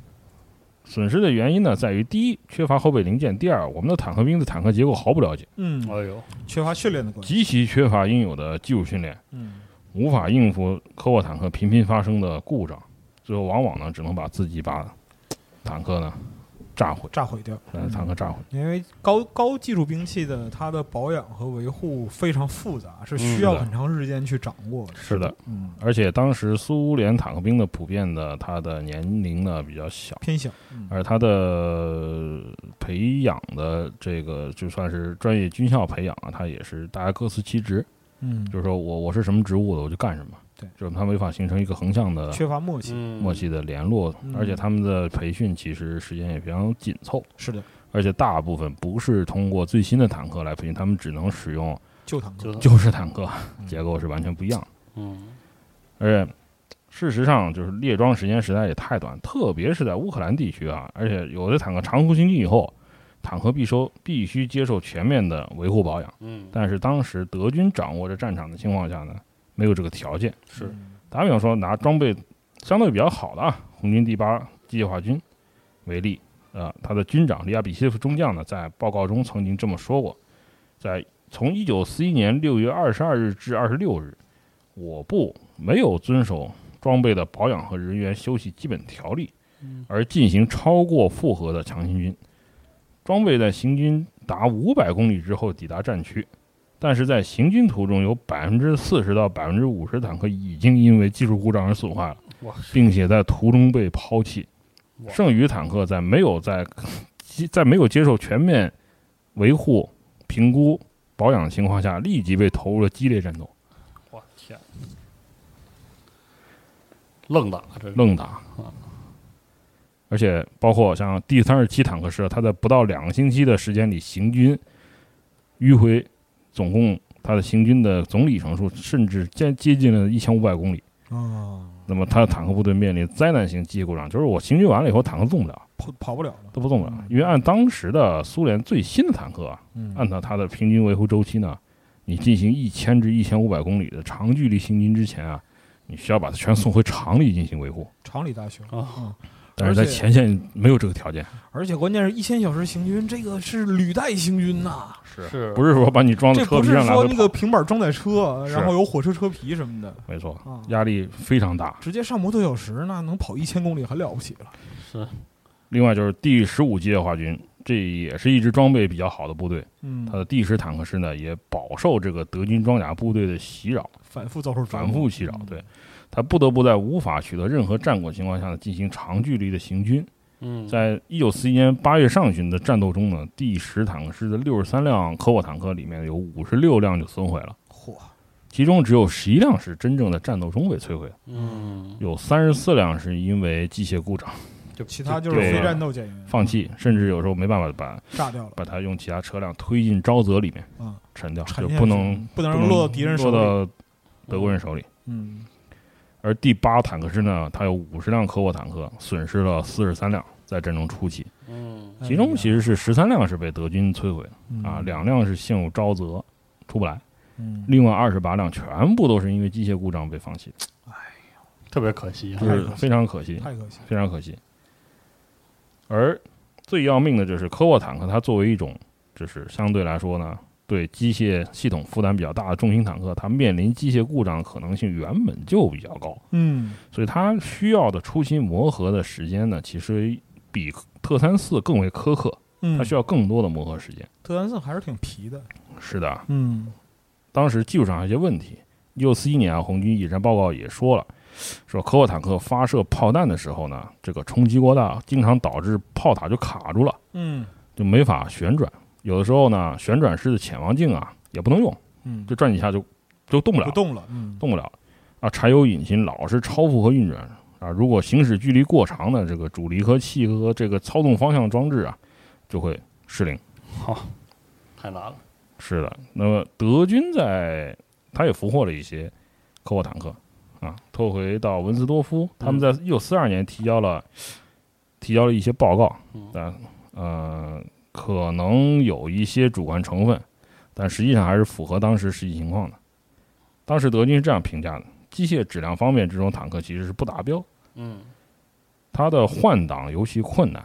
Speaker 2: 损失的原因呢，在于第一，缺乏后备零件；第二，我们的坦克兵对坦克结构毫不了解。
Speaker 4: 嗯，
Speaker 3: 哎呦，
Speaker 4: 缺乏训练的关系，
Speaker 2: 极其缺乏应有的技术训练，
Speaker 4: 嗯
Speaker 2: 无法应付科沃坦克频频发生的故障，最后往往呢只能把自己把坦克呢炸毁，
Speaker 4: 炸毁掉，
Speaker 2: 把坦克炸毁。
Speaker 4: 因为高高技术兵器的它的保养和维护非常复杂，是需要
Speaker 2: 嗯是的
Speaker 4: 很长时间去掌握的。
Speaker 2: 是的，
Speaker 4: 嗯，
Speaker 2: 而且当时苏联坦克兵的普遍的他的年龄呢比较小，
Speaker 4: 偏小。嗯
Speaker 2: 而他的培养的这个就算是专业军校培养啊，他也是大家各司其职，
Speaker 4: 嗯，
Speaker 2: 就是说我我是什么职务的我就干什么，
Speaker 4: 对
Speaker 2: 就是他没法形成一个横向的嗯
Speaker 4: 缺乏默契。
Speaker 3: 嗯
Speaker 2: 默契的联络，
Speaker 4: 嗯
Speaker 2: 而且他们的培训其实时间也非常紧凑，
Speaker 4: 是的，
Speaker 2: 而且大部分不是通过最新的坦克来培训，他们只能使用
Speaker 4: 旧坦克
Speaker 3: 就
Speaker 2: 旧式坦克，
Speaker 4: 嗯
Speaker 2: 结构是完全不一样的。
Speaker 3: 嗯
Speaker 2: 而且事实上，就是列装时间实在也太短，特别是在乌克兰地区啊，而且有的坦克长途行进以后，坦克必收必须接受全面的维护保养。
Speaker 3: 嗯，
Speaker 2: 但是当时德军掌握着战场的情况下呢，没有这个条件。
Speaker 3: 是
Speaker 2: 打比方说，拿装备相对比较好的啊，红军第八机械化军为例，呃，他的军长利亚比切夫中将呢，在报告中曾经这么说过，在从一九四一年六月二十二日至二十六日，我部没有遵守装备的保养和人员休息基本条例，而进行超过负荷的强行军，装备在行军达五百公里之后抵达战区。但是在行军途中，有百分之四十到百分之五十坦克已经因为技术故障而损坏了，
Speaker 3: 哇
Speaker 2: 并且在途中被抛弃。
Speaker 3: 哇
Speaker 2: 剩余坦克在没有在在没有接受全面维护、评估、保养的情况下，立即被投入了激烈战斗，
Speaker 3: 我天，愣打这是
Speaker 2: 愣打
Speaker 3: 啊。
Speaker 2: 而且包括像第三十七坦克师，它在不到两个星期的时间里行军迂回，总共它的行军的总里程数甚至接接近了一千五百公里。
Speaker 4: 啊，
Speaker 2: 那么他的坦克部队面临灾难性机械故障，就是我行军完了以后，坦克动不了，
Speaker 4: 跑跑不了了。
Speaker 2: 都不动不了，因为按当时的苏联最新的坦克啊，
Speaker 4: 嗯
Speaker 2: 按照它的平均维护周期呢，你进行一千至一千五百公里的长距离行军之前啊，你需要把它全送回厂里进行维护，
Speaker 4: 厂里大修，
Speaker 3: 啊，
Speaker 2: 但是在
Speaker 4: 而且
Speaker 2: 前线没有这个条件，
Speaker 4: 而且关键是一千小时行军，这个是履带行军呐、
Speaker 2: 是
Speaker 3: 是
Speaker 2: 不是说把你装到
Speaker 4: 这
Speaker 2: 嗯车
Speaker 4: 不
Speaker 2: 皮
Speaker 4: 是
Speaker 2: 上来
Speaker 4: 说
Speaker 2: 回
Speaker 4: 那个
Speaker 2: 跑？
Speaker 4: 平板装载车，
Speaker 2: 是
Speaker 4: 然后有火车车皮什么的
Speaker 2: 没错，
Speaker 4: 啊，
Speaker 2: 压力非常大。
Speaker 4: 直接上摩托小时，那能跑一千公里很了不起了。
Speaker 3: 是
Speaker 2: 另外就是第十五机械化军，这也是一支装备比较好的部队，它
Speaker 4: 嗯，
Speaker 2: 的第十坦克师呢也饱受这个德军装甲部队的袭扰。
Speaker 4: 反复遭受折磨
Speaker 2: 反复袭
Speaker 4: 嗯
Speaker 2: 扰，对，他不得不在无法取得任何战果情况下呢进行长距离的行军。
Speaker 3: 嗯，
Speaker 2: 在一九四一年八月上旬的战斗中呢，第十坦克师的六十三辆科沃坦克里面有五十六辆就损毁了，
Speaker 4: 嚯，
Speaker 2: 其中只有十一辆是真正的战斗中被摧毁的，
Speaker 3: 嗯，
Speaker 2: 有三十四辆是因为机械故障
Speaker 3: 就
Speaker 4: 其他就是
Speaker 2: 对啊
Speaker 4: 非战斗减员，
Speaker 2: 放弃，甚至有时候没办法把
Speaker 4: 炸掉了
Speaker 2: 把它用其他车辆推进沼泽里面
Speaker 4: 嗯，
Speaker 2: 沉掉，
Speaker 4: 沉
Speaker 2: 就
Speaker 4: 下
Speaker 2: 不
Speaker 4: 去
Speaker 2: 能
Speaker 4: 不
Speaker 2: 不
Speaker 4: 能
Speaker 2: 能
Speaker 4: 落到敌人手里。
Speaker 2: 落到德国人手里。
Speaker 4: 嗯，
Speaker 2: 而第八坦克师呢，它有五十辆科沃坦克，损失了四十三辆，在战争初期，
Speaker 3: 嗯，
Speaker 2: 其中其实是十三辆是被德军摧毁的
Speaker 4: 哎嗯
Speaker 2: 啊，，两辆是陷入沼泽，出不来，
Speaker 4: 嗯
Speaker 2: 另外二十八辆全部都是因为机械故障被放弃，
Speaker 3: 特别可惜
Speaker 2: 就
Speaker 3: 啊，
Speaker 2: 是非常可惜，
Speaker 4: 太可惜了。
Speaker 2: 非常可惜。而最要命的就是科沃坦克，它作为一种就是相对来说呢，对机械系统负担比较大的重型坦克，它面临机械故障的可能性原本就比较高。
Speaker 4: 嗯，
Speaker 2: 所以它需要的初期磨合的时间呢，其实比特三四更为苛刻，它
Speaker 4: 嗯，
Speaker 2: 需要更多的磨合时间。
Speaker 4: 特兰斯还是挺皮的。
Speaker 2: 是的，
Speaker 4: 嗯
Speaker 2: 当时技术上有些问题。一九四一年啊，红军野战报告也说了，说科沃坦克发射炮弹的时候呢，这个冲击过大，经常导致炮塔就卡住了，
Speaker 4: 嗯
Speaker 2: 就没法旋转。有的时候呢，旋转式的潜望镜啊也不能用，
Speaker 4: 嗯，
Speaker 2: 就转几下就就动不了
Speaker 4: 不，动了。嗯，
Speaker 2: 动不了。啊，柴油引擎老是超负荷运转啊，如果行驶距离过长呢，这个主离合器和这个操纵方向装置啊就会失灵。
Speaker 3: 太难了，
Speaker 2: 是的，那么德军在他也俘获了一些科沃坦克啊，拖回到文斯多夫，他们在一九四二年提交了提交了一些报告
Speaker 3: 嗯，
Speaker 2: 但呃可能有一些主观成分，但实际上还是符合当时实际情况的。当时德军是这样评价的：机械质量方面，这种坦克其实是不达标，
Speaker 3: 嗯，
Speaker 2: 它的换挡尤其困难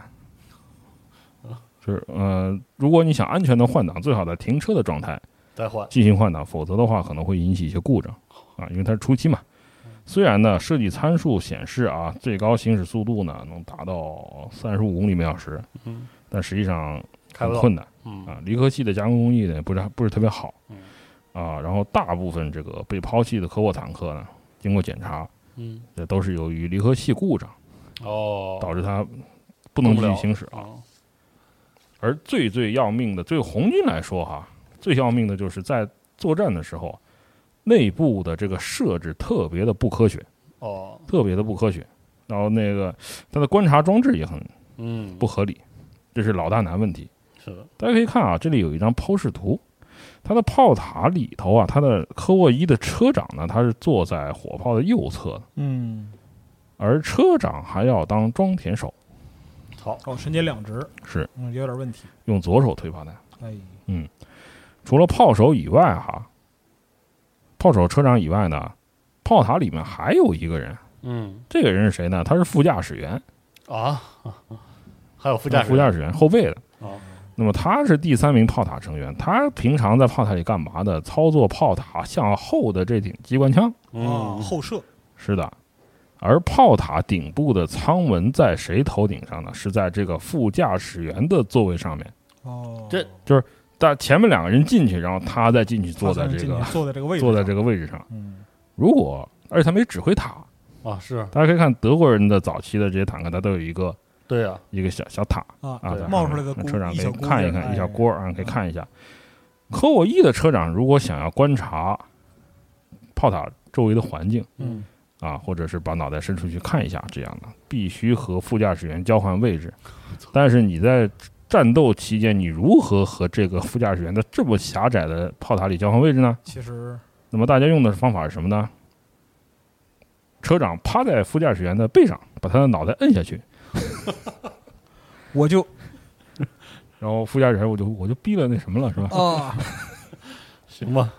Speaker 3: 啊。
Speaker 2: 就是呃，如果你想安全的换挡，最好在停车的状态
Speaker 3: 再换，
Speaker 2: 进行换挡，否则的话可能会引起一些故障啊，因为它是初期嘛。虽然呢，设计参数显示啊，最高行驶速度呢能达到三十五公里每小时，
Speaker 3: 嗯，
Speaker 2: 但实际上
Speaker 3: 开
Speaker 2: 很
Speaker 3: 不到，
Speaker 2: 困难
Speaker 3: 嗯
Speaker 2: 啊。离合器的加工工艺呢不是不是特别好
Speaker 3: 嗯，
Speaker 2: 啊，然后大部分这个被抛弃的科沃坦克呢，经过检查，
Speaker 3: 嗯，
Speaker 2: 这都是由于离合器故障
Speaker 3: 哦，
Speaker 2: 导致它不能
Speaker 3: 动
Speaker 2: 继
Speaker 3: 不
Speaker 2: 续
Speaker 3: 了
Speaker 2: 行驶啊。
Speaker 3: 啊，
Speaker 2: 而最最要命的，对红军来说哈，最要命的就是在作战的时候，内部的这个设置特别的不科学，
Speaker 3: 哦，
Speaker 2: 特别的不科学。然后那个它的观察装置也很
Speaker 3: 嗯，
Speaker 2: 不合理，这是老大难问题。
Speaker 3: 是的，
Speaker 2: 大家可以看啊，这里有一张剖视图，它的炮塔里头啊，它的科沃伊的车长呢，他是坐在火炮的右侧的，
Speaker 4: 嗯，
Speaker 2: 而车长还要当装填手，
Speaker 3: 好，
Speaker 4: 哦，神经两直
Speaker 2: 是
Speaker 4: 嗯，有点问题，
Speaker 2: 用左手推炮弹。
Speaker 4: 哎，
Speaker 2: 除了炮手以外，哈，炮手车长以外呢，炮塔里面还有一个人，
Speaker 3: 嗯
Speaker 2: 这个人是谁呢？他是副驾驶员，
Speaker 3: 啊，还有副驾驶，
Speaker 2: 副驾驶员后备的。
Speaker 3: 哦
Speaker 2: 那么他是第三名炮塔成员，他平常在炮塔里干嘛的？操作炮塔向后的这挺机关枪，
Speaker 4: 啊，
Speaker 3: 嗯，
Speaker 4: 后射，
Speaker 2: 是的。而炮塔顶部的舱门在谁头顶上呢？是在这个副驾驶员的座位上面。
Speaker 4: 哦，
Speaker 3: 这
Speaker 2: 但前面两个人进去，然后他再进去坐在这个
Speaker 4: 坐在这个位置，
Speaker 2: 坐在这
Speaker 4: 个，
Speaker 2: 个位置上。
Speaker 4: 嗯，
Speaker 2: 如果而且他没指挥塔，
Speaker 3: 啊是
Speaker 2: 大家可以看德国人的早期的这些坦克，它都有一个
Speaker 3: 对啊呀，
Speaker 2: 一个小小塔
Speaker 4: 啊
Speaker 2: 啊，
Speaker 3: 对
Speaker 2: 在
Speaker 4: 冒出来个锅
Speaker 2: 车长
Speaker 4: 一
Speaker 2: 可
Speaker 4: 小
Speaker 2: 以
Speaker 4: 锅
Speaker 2: 看一
Speaker 4: 子
Speaker 2: 看
Speaker 4: 哎
Speaker 2: 一小锅啊，可以看一下。科沃伊的车长如果想要观察炮塔周围的环境
Speaker 3: 嗯
Speaker 2: 啊，或者是把脑袋伸出去看一下这样的，必须和副驾驶员交换位置。但是你在战斗期间，你如何和这个副驾驶员在这么狭窄的炮塔里交换位置呢？
Speaker 4: 其实
Speaker 2: 那么大家用的方法是什么呢？车长趴在副驾驶员的背上，把他的脑袋摁下去，
Speaker 4: 我就
Speaker 2: 然后副驾驶员我就我就逼了那什么了，是吧？
Speaker 4: 啊，
Speaker 3: 行吧，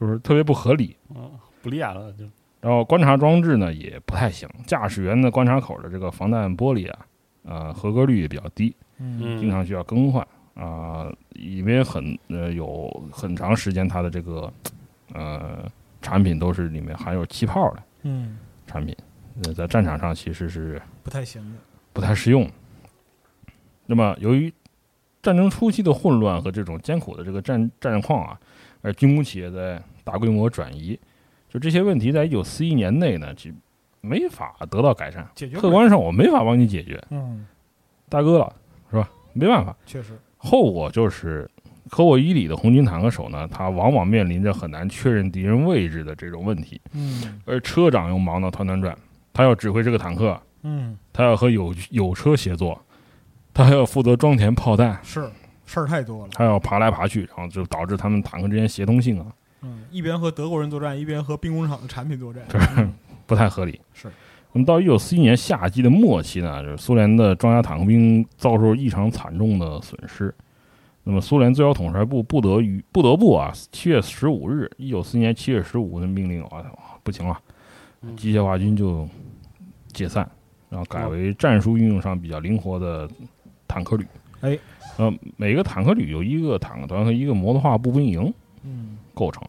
Speaker 2: 就是特别不合理。
Speaker 3: 嗯，不练了就
Speaker 2: 然后观察装置呢也不太行，驾驶员的观察口的这个防弹玻璃啊，呃，合格率也比较低，
Speaker 4: 嗯，
Speaker 3: 嗯
Speaker 2: 经常需要更换啊、因为很呃有很长时间它的这个呃产品都是里面含有气泡的
Speaker 4: 嗯，
Speaker 2: 产品，呃，在战场上其实是
Speaker 4: 不太行的，
Speaker 2: 不太适用。那么，由于战争初期的混乱和这种艰苦的这个战战况啊，而军工企业在大规模转移，就这些问题，在一九四一年内呢，就没法得到改善。
Speaker 4: 解决不
Speaker 2: 客
Speaker 4: 了，
Speaker 2: 观上，我没法帮你解决，
Speaker 4: 嗯，
Speaker 2: 大哥了，是吧？没办法，
Speaker 4: 确实，
Speaker 2: 后果就是科沃伊里的红军坦克手呢，他往往面临着很难确认敌人位置的这种问题，
Speaker 4: 嗯
Speaker 2: 而车长又忙得团团转，他要指挥这个坦克，
Speaker 4: 嗯，
Speaker 2: 他要和有有车协作，他还要负责装填炮弹，
Speaker 4: 是事儿太多了，
Speaker 2: 他要爬来爬去，然后就导致他们坦克之间协同性啊
Speaker 4: 嗯，一边和德国人作战，一边和兵工厂的产品作战，
Speaker 2: 不太合理。
Speaker 4: 是。
Speaker 2: 那么到一九四一年夏季的末期呢，就是苏联的装甲坦克兵遭受异常惨重的损失。那么苏联最高统帅部不得于不得不啊，七月十五日，一九四一年七月十五的命令啊，不行了，
Speaker 3: 嗯
Speaker 2: 机械化军就解散，然后改
Speaker 3: 哦
Speaker 2: 为战术运用上比较灵活的坦克旅。
Speaker 4: 哎，
Speaker 2: 呃，每个坦克旅由一个坦克团和一个摩托化步兵营
Speaker 4: 嗯
Speaker 2: 构成，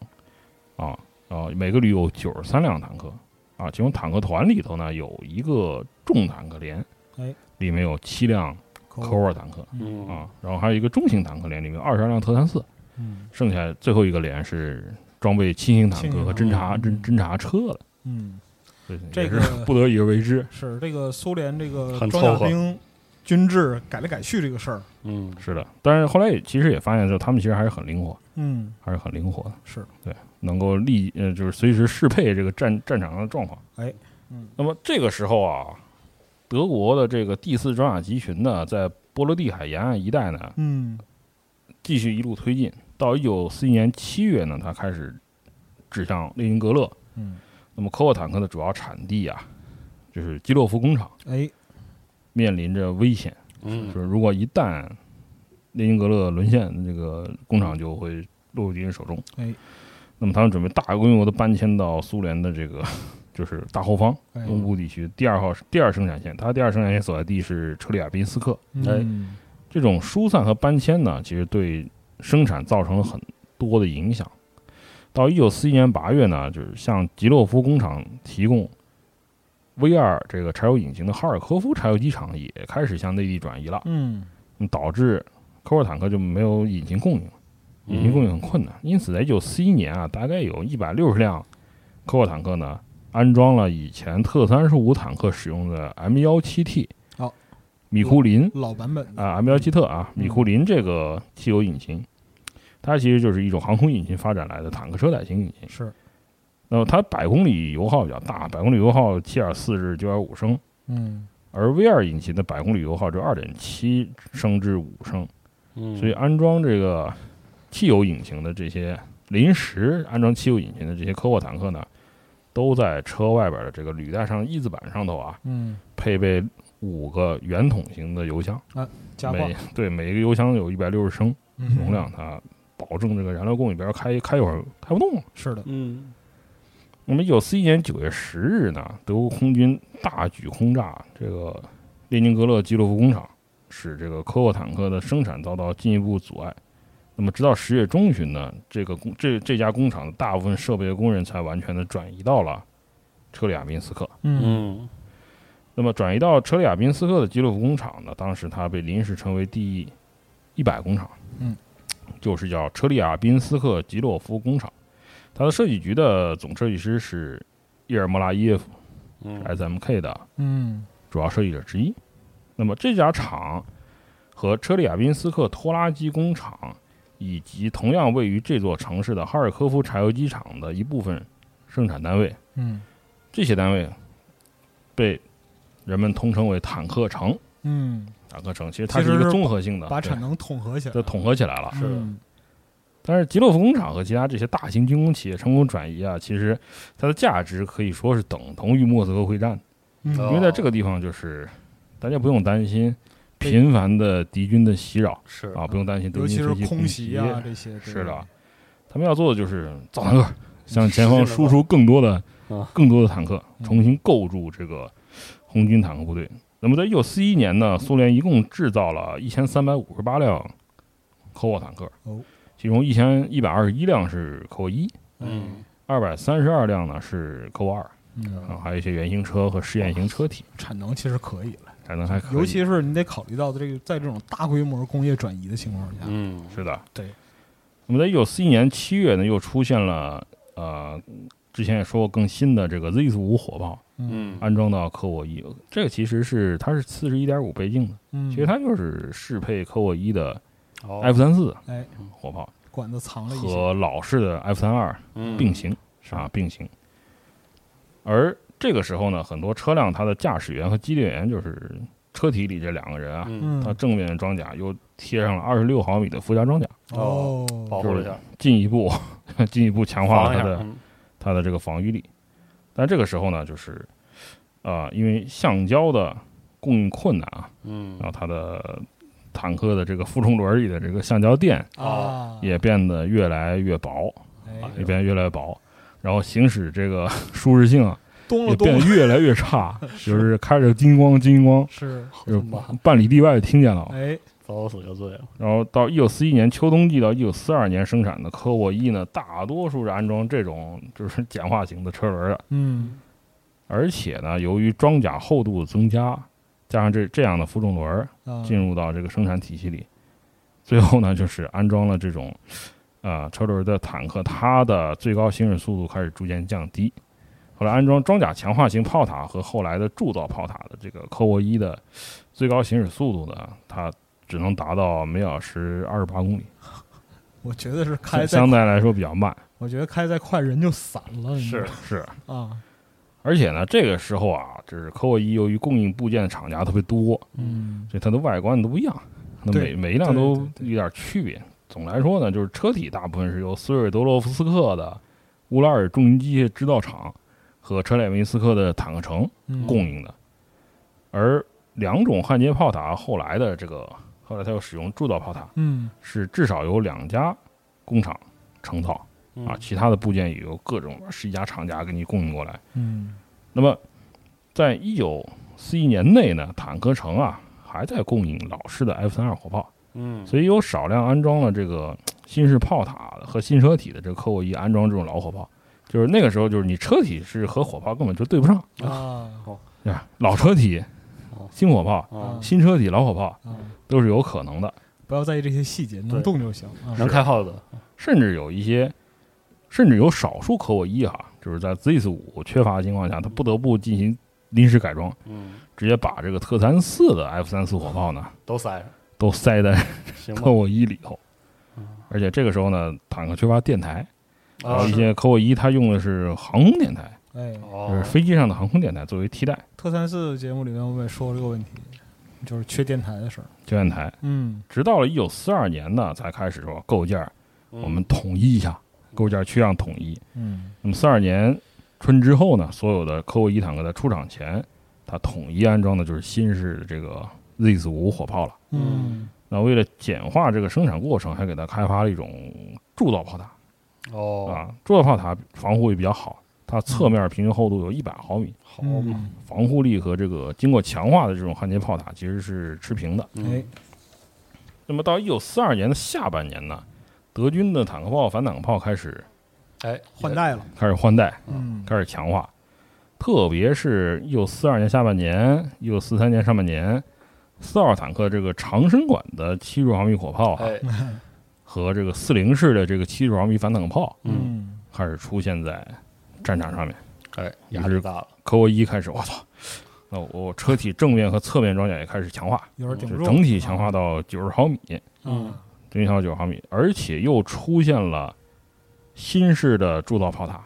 Speaker 2: 啊，然后每个旅有九十三辆坦克，啊，其中坦克团里头呢有一个重坦克连，
Speaker 4: 哎，哦
Speaker 2: 里面有七辆
Speaker 4: 可
Speaker 2: 科沃坦克
Speaker 3: 嗯
Speaker 2: 啊，然后还有一个中型坦克连，里面有二十二辆特三四，
Speaker 4: 嗯
Speaker 2: 剩下最后一个连是装备轻型坦
Speaker 4: 轻
Speaker 2: 克
Speaker 4: 型
Speaker 2: 和
Speaker 4: 坦
Speaker 2: 侦
Speaker 4: 克
Speaker 2: 察侦
Speaker 4: 嗯
Speaker 2: 侦察车的，
Speaker 4: 嗯，
Speaker 2: 所以
Speaker 4: 这
Speaker 2: 也
Speaker 4: 个
Speaker 2: 是 [laughs] 不得已而为之。
Speaker 4: 是这个苏联这个
Speaker 3: 很
Speaker 4: 装甲
Speaker 3: 凑合
Speaker 4: 兵军制改来改去这个事儿，
Speaker 3: 嗯
Speaker 2: 是的，但是后来也其实也发现，就他们其实还是很灵活，
Speaker 4: 嗯，
Speaker 2: 还是很灵活的，
Speaker 4: 是
Speaker 2: 对，能够立呃，就是随时适配这个战战场上的状况。
Speaker 4: 哎，嗯，
Speaker 2: 那么这个时候啊，德国的这个第四装甲集群呢，在波罗的海沿岸一带呢，
Speaker 4: 嗯，
Speaker 2: 继续一路推进，到一九四一年七月呢，它开始指向列宁格勒。
Speaker 4: 嗯，
Speaker 2: 那么科沃坦克的主要产地啊，就是基洛夫工厂，
Speaker 4: 哎，
Speaker 2: 面临着危险，
Speaker 3: 嗯
Speaker 2: 就是如果一旦列宁格勒沦陷，这个工厂就会落入敌人手中。
Speaker 4: 哎，
Speaker 2: 那么他们准备大规模的搬迁到苏联的这个就是大后方
Speaker 4: 哎，
Speaker 2: 东部地区第二号第二生产线，它第二生产线所在地是车里亚宾斯克。
Speaker 4: 嗯，
Speaker 2: 这种疏散和搬迁呢，其实对生产造成了很多的影响。到一九四一年八月呢，就是向吉洛夫工厂提供 V 二这个柴油引擎的哈尔科夫柴油机厂也开始向内地转移了。
Speaker 4: 嗯，
Speaker 2: 嗯导致科沃坦克就没有引擎供应了，
Speaker 3: 嗯
Speaker 2: 引擎供应很困难。因此，在一九四一年啊，大概有一百六十辆科沃坦克呢，安装了以前特三十五坦克使用的 M 幺七 T，
Speaker 4: 好
Speaker 2: 米库林
Speaker 4: 老版本的，
Speaker 2: 啊，M 幺七特啊，
Speaker 4: 嗯
Speaker 2: 米库林这个汽油引擎，它其实就是一种航空引擎发展来的坦克车载型引擎。
Speaker 4: 是，
Speaker 2: 那么它百公里油耗比较大，百公里油耗七点四至九点五升，
Speaker 4: 嗯，
Speaker 2: 而 V 二引擎的百公里油耗就二点七升至五升。
Speaker 3: 嗯
Speaker 2: 所以安装这个汽油引擎的这些临时安装汽油引擎的这些科沃坦克呢，都在车外边的这个履带上翼子板上头啊，
Speaker 4: 嗯，
Speaker 2: 配备五个圆筒型的油箱，
Speaker 4: 加挂嗯
Speaker 2: 每对每一个油箱有一百六十升容，量，它保证这个燃料供应，别人开开一会儿开不动了。
Speaker 4: 嗯是的，
Speaker 3: 嗯
Speaker 2: 那么，一九四一年九月十日呢，德国空军大举轰炸这个列宁格勒基洛夫工厂，使这个科沃坦克的生产遭到进一步阻碍。那么，直到十月中旬呢，这个工这这家工厂的大部分设备的工人才完全的转移到了车里亚宾斯克。
Speaker 3: 嗯
Speaker 2: 那么，转移到车里亚宾斯克的基洛夫工厂呢，当时它被临时称为第一百工厂，
Speaker 4: 嗯，
Speaker 2: 就是叫车里亚宾斯克基洛夫工厂。它的设计局的总设计师是叶尔莫拉耶夫。
Speaker 3: 嗯
Speaker 2: SMK 的
Speaker 4: 嗯
Speaker 2: 主要设计者之一。那么这家厂和车里亚宾斯克拖拉机工厂以及同样位于这座城市的哈尔科夫柴油机厂的一部分生产单位，
Speaker 4: 嗯
Speaker 2: 这些单位被人们通称为坦克城。
Speaker 4: 嗯，
Speaker 2: 坦克城其实它
Speaker 4: 其
Speaker 2: 是
Speaker 4: 实
Speaker 2: 一个
Speaker 4: 是
Speaker 2: 综合性的，
Speaker 4: 把
Speaker 2: 对
Speaker 4: 产能统合起来，
Speaker 2: 它统合起来了。
Speaker 3: 是的
Speaker 4: 嗯
Speaker 2: 但是吉洛夫工厂和其他这些大型军工企业成功转移啊，其实它的价值可以说是等同于莫斯科会战的因
Speaker 4: 嗯
Speaker 3: 哦
Speaker 2: 为在这个地方，就是大家不用担心频繁的敌军的袭扰
Speaker 3: 是
Speaker 2: 啊，不用担心
Speaker 4: 尤
Speaker 2: 敌
Speaker 4: 其
Speaker 2: 军
Speaker 4: 是
Speaker 2: 飞机
Speaker 4: 空袭
Speaker 2: 袭
Speaker 4: 啊这些，对
Speaker 2: 是的，他们要做的就是造坦克，向前方
Speaker 3: 使劲地
Speaker 2: 输出更多的
Speaker 3: 啊、
Speaker 2: 更多的坦克，
Speaker 4: 嗯
Speaker 2: 重新构筑这个红军坦克部队。那么，在一九四一年呢，苏联一共制造了一千三百五十八辆科沃坦克
Speaker 4: 哦，
Speaker 2: 其中一千一百二十一辆是科沃一，
Speaker 3: 嗯
Speaker 2: 二百三十二辆呢是科沃二，
Speaker 4: 嗯，
Speaker 2: 啊，还有一些原型车和试验型车体，
Speaker 4: 产能其实可以了，
Speaker 2: 产能还可以。
Speaker 4: 尤其是你得考虑到这个在这种大规模工业转移的情况下，
Speaker 3: 嗯
Speaker 2: 是的，
Speaker 4: 对。
Speaker 2: 那么在一九四一年七月呢，又出现了呃，之前也说过更新的这个 Z 五火炮
Speaker 3: 嗯
Speaker 2: 安装到科沃伊，这个其实是它是四十一点五倍镜的，
Speaker 4: 嗯，
Speaker 2: 其实它就是适配科沃伊的
Speaker 3: 哦
Speaker 2: F 三四嗯
Speaker 4: 哎
Speaker 2: 火炮
Speaker 4: 管子藏了一些，
Speaker 2: 和老式的 F 三二
Speaker 3: 嗯
Speaker 2: 并行啊并行，而这个时候呢，很多车辆它的驾驶员和机电员就是车体里这两个人啊，
Speaker 3: 嗯
Speaker 4: 嗯
Speaker 2: 它，正面装甲又贴上了二十六毫米的附加装甲，
Speaker 4: 哦，
Speaker 3: 保护了一下，
Speaker 2: 进一步 [laughs] 进一步强化
Speaker 3: 防
Speaker 2: 了
Speaker 3: 一
Speaker 2: 它
Speaker 3: 下
Speaker 2: 的
Speaker 3: 嗯
Speaker 2: 它的这个防御力。但这个时候呢，就是啊、因为橡胶的供应困难啊，然后
Speaker 3: 嗯
Speaker 2: 它的坦克的这个负重轮里的这个橡胶垫
Speaker 4: 啊，
Speaker 2: 也变得越来越薄，
Speaker 4: 哎
Speaker 2: 也变得越来越薄，然后行驶这个 [laughs] 舒适性啊
Speaker 4: 咚
Speaker 2: 也
Speaker 4: 了
Speaker 2: 变
Speaker 4: 咚了，
Speaker 2: 得越来
Speaker 3: [laughs]
Speaker 2: 越差，就是开着金光金光，
Speaker 4: 是，
Speaker 2: 就
Speaker 3: 好吧
Speaker 2: 是半里地外就听见了。
Speaker 4: 哎，
Speaker 3: 早死就醉了，
Speaker 2: 然后到一九四一年秋冬季到一九四二年生产的科沃伊呢，大多数是安装这种就是简化型的车轮的，
Speaker 4: 嗯
Speaker 2: 而且呢，由于装甲厚度增加，加上这这样的负重轮儿
Speaker 4: 啊，
Speaker 2: 嗯进入到这个生产体系里，最后呢，就是安装了这种呃车轮的坦克，它的最高行驶速度开始逐渐降低。后来安装装甲强化型炮塔和后来的铸造炮塔的这个科沃伊的最高行驶速度呢，它只能达到每小时二十八公里，
Speaker 4: 我觉得是开再
Speaker 2: 相相，对来说比较慢。
Speaker 4: 我觉得开再快人就散了，你知
Speaker 3: 是
Speaker 4: 道吗
Speaker 2: 是，
Speaker 4: 啊，
Speaker 2: 而且呢，这个时候啊，就是科沃伊由于供应部件的厂家特别多，
Speaker 4: 嗯
Speaker 2: 所以它的外观都不一样，那
Speaker 4: 对
Speaker 2: 每每一辆
Speaker 4: 对
Speaker 2: 都
Speaker 4: 对对
Speaker 2: 有点区别。总来说呢，就是车体大部分是由斯瑞德洛夫斯克的乌拉尔重型机械制造厂和车列维斯克的坦克城
Speaker 4: 嗯，
Speaker 2: 供应的，而两种焊接炮塔后来的这个后来它又使用铸造炮塔，
Speaker 4: 嗯
Speaker 2: 是至少有两家工厂承造
Speaker 3: 嗯
Speaker 2: 啊，其他的部件也由各种十几家厂家给你供应过来。
Speaker 4: 嗯
Speaker 2: 那么，在一九四一年内呢，坦克城啊还在供应老式的 F 三二火炮，
Speaker 3: 嗯，
Speaker 2: 所以有少量安装了这个新式炮塔和新车体的这个科沃伊安装这种老火炮。就是那个时候，就是你车体是和火炮根本就对不上，
Speaker 4: 啊
Speaker 2: 对吧？老车体
Speaker 3: 哦、
Speaker 2: 新火炮、
Speaker 3: 啊，
Speaker 2: 新车体、老火炮
Speaker 4: 啊，
Speaker 2: 都是有可能的，
Speaker 4: 不要在意这些细节，能
Speaker 3: 对
Speaker 4: 动就行啊，
Speaker 2: 嗯
Speaker 3: 能开耗子，
Speaker 2: 甚至有一些，甚至有少数科沃伊哈，啊就是在 Z 五缺乏的情况下，它不得不进行临时改装，
Speaker 3: 嗯，
Speaker 2: 直接把这个特三四的 F 三四火炮呢
Speaker 3: 都塞上，
Speaker 2: 都塞在
Speaker 3: 行吧
Speaker 2: 科？沃伊里头
Speaker 3: 嗯。
Speaker 2: 而且这个时候呢，坦克缺乏电台，然
Speaker 3: 啊
Speaker 2: 后一些科沃伊它用的是航空电台，
Speaker 4: 哎，
Speaker 2: 就是
Speaker 3: 哦，
Speaker 2: 飞机上的航空电台作为替代
Speaker 4: 特三四节目里面我们也说过这个问题，就是缺电台的事儿，
Speaker 2: 救援台。
Speaker 4: 嗯
Speaker 2: 直到了一九四二年呢，才开始说构建
Speaker 3: 我
Speaker 2: 我们统一一下，构架区让统一。
Speaker 4: 嗯
Speaker 2: 那么四二年春之后呢，所有的科沃伊坦克在出厂前，它统一安装的就是新式的这个 Z 五火炮了。
Speaker 4: 嗯
Speaker 2: 那为了简化这个生产过程，还给它开发了一种铸造炮塔
Speaker 3: 哦，
Speaker 2: 啊，铸造炮塔防护也比较好，它侧面平均厚度有一百毫米，
Speaker 3: 好嘛，
Speaker 4: 嗯，
Speaker 2: 防护力和这个经过强化的这种焊接炮塔其实是持平的。
Speaker 3: 嗯
Speaker 4: 哎，
Speaker 2: 那么到一九四二年的下半年呢，德军的坦克炮、反坦克炮开始
Speaker 3: 哎，
Speaker 4: 换代了，
Speaker 2: 开始换代，
Speaker 4: 嗯，
Speaker 2: 开始强化，特别是一九四二年下半年、一九四三年上半年，四号坦克这个长身管的七十毫米火炮啊、
Speaker 3: 哎，
Speaker 2: 和这个四零式的这个七十毫米反坦克炮
Speaker 3: 嗯，
Speaker 4: 嗯，
Speaker 2: 开始出现在战场上面。
Speaker 3: 哎，压力大了，
Speaker 2: 科沃伊开始，我操，那我车体正面和侧面装甲也开始强化，
Speaker 4: 有点
Speaker 2: 就
Speaker 4: 顶啊
Speaker 2: 是
Speaker 4: 不住，
Speaker 2: 整体强化到九十毫米，
Speaker 3: 嗯
Speaker 2: 整体强化九十毫米，而且又出现了新式的铸造炮塔，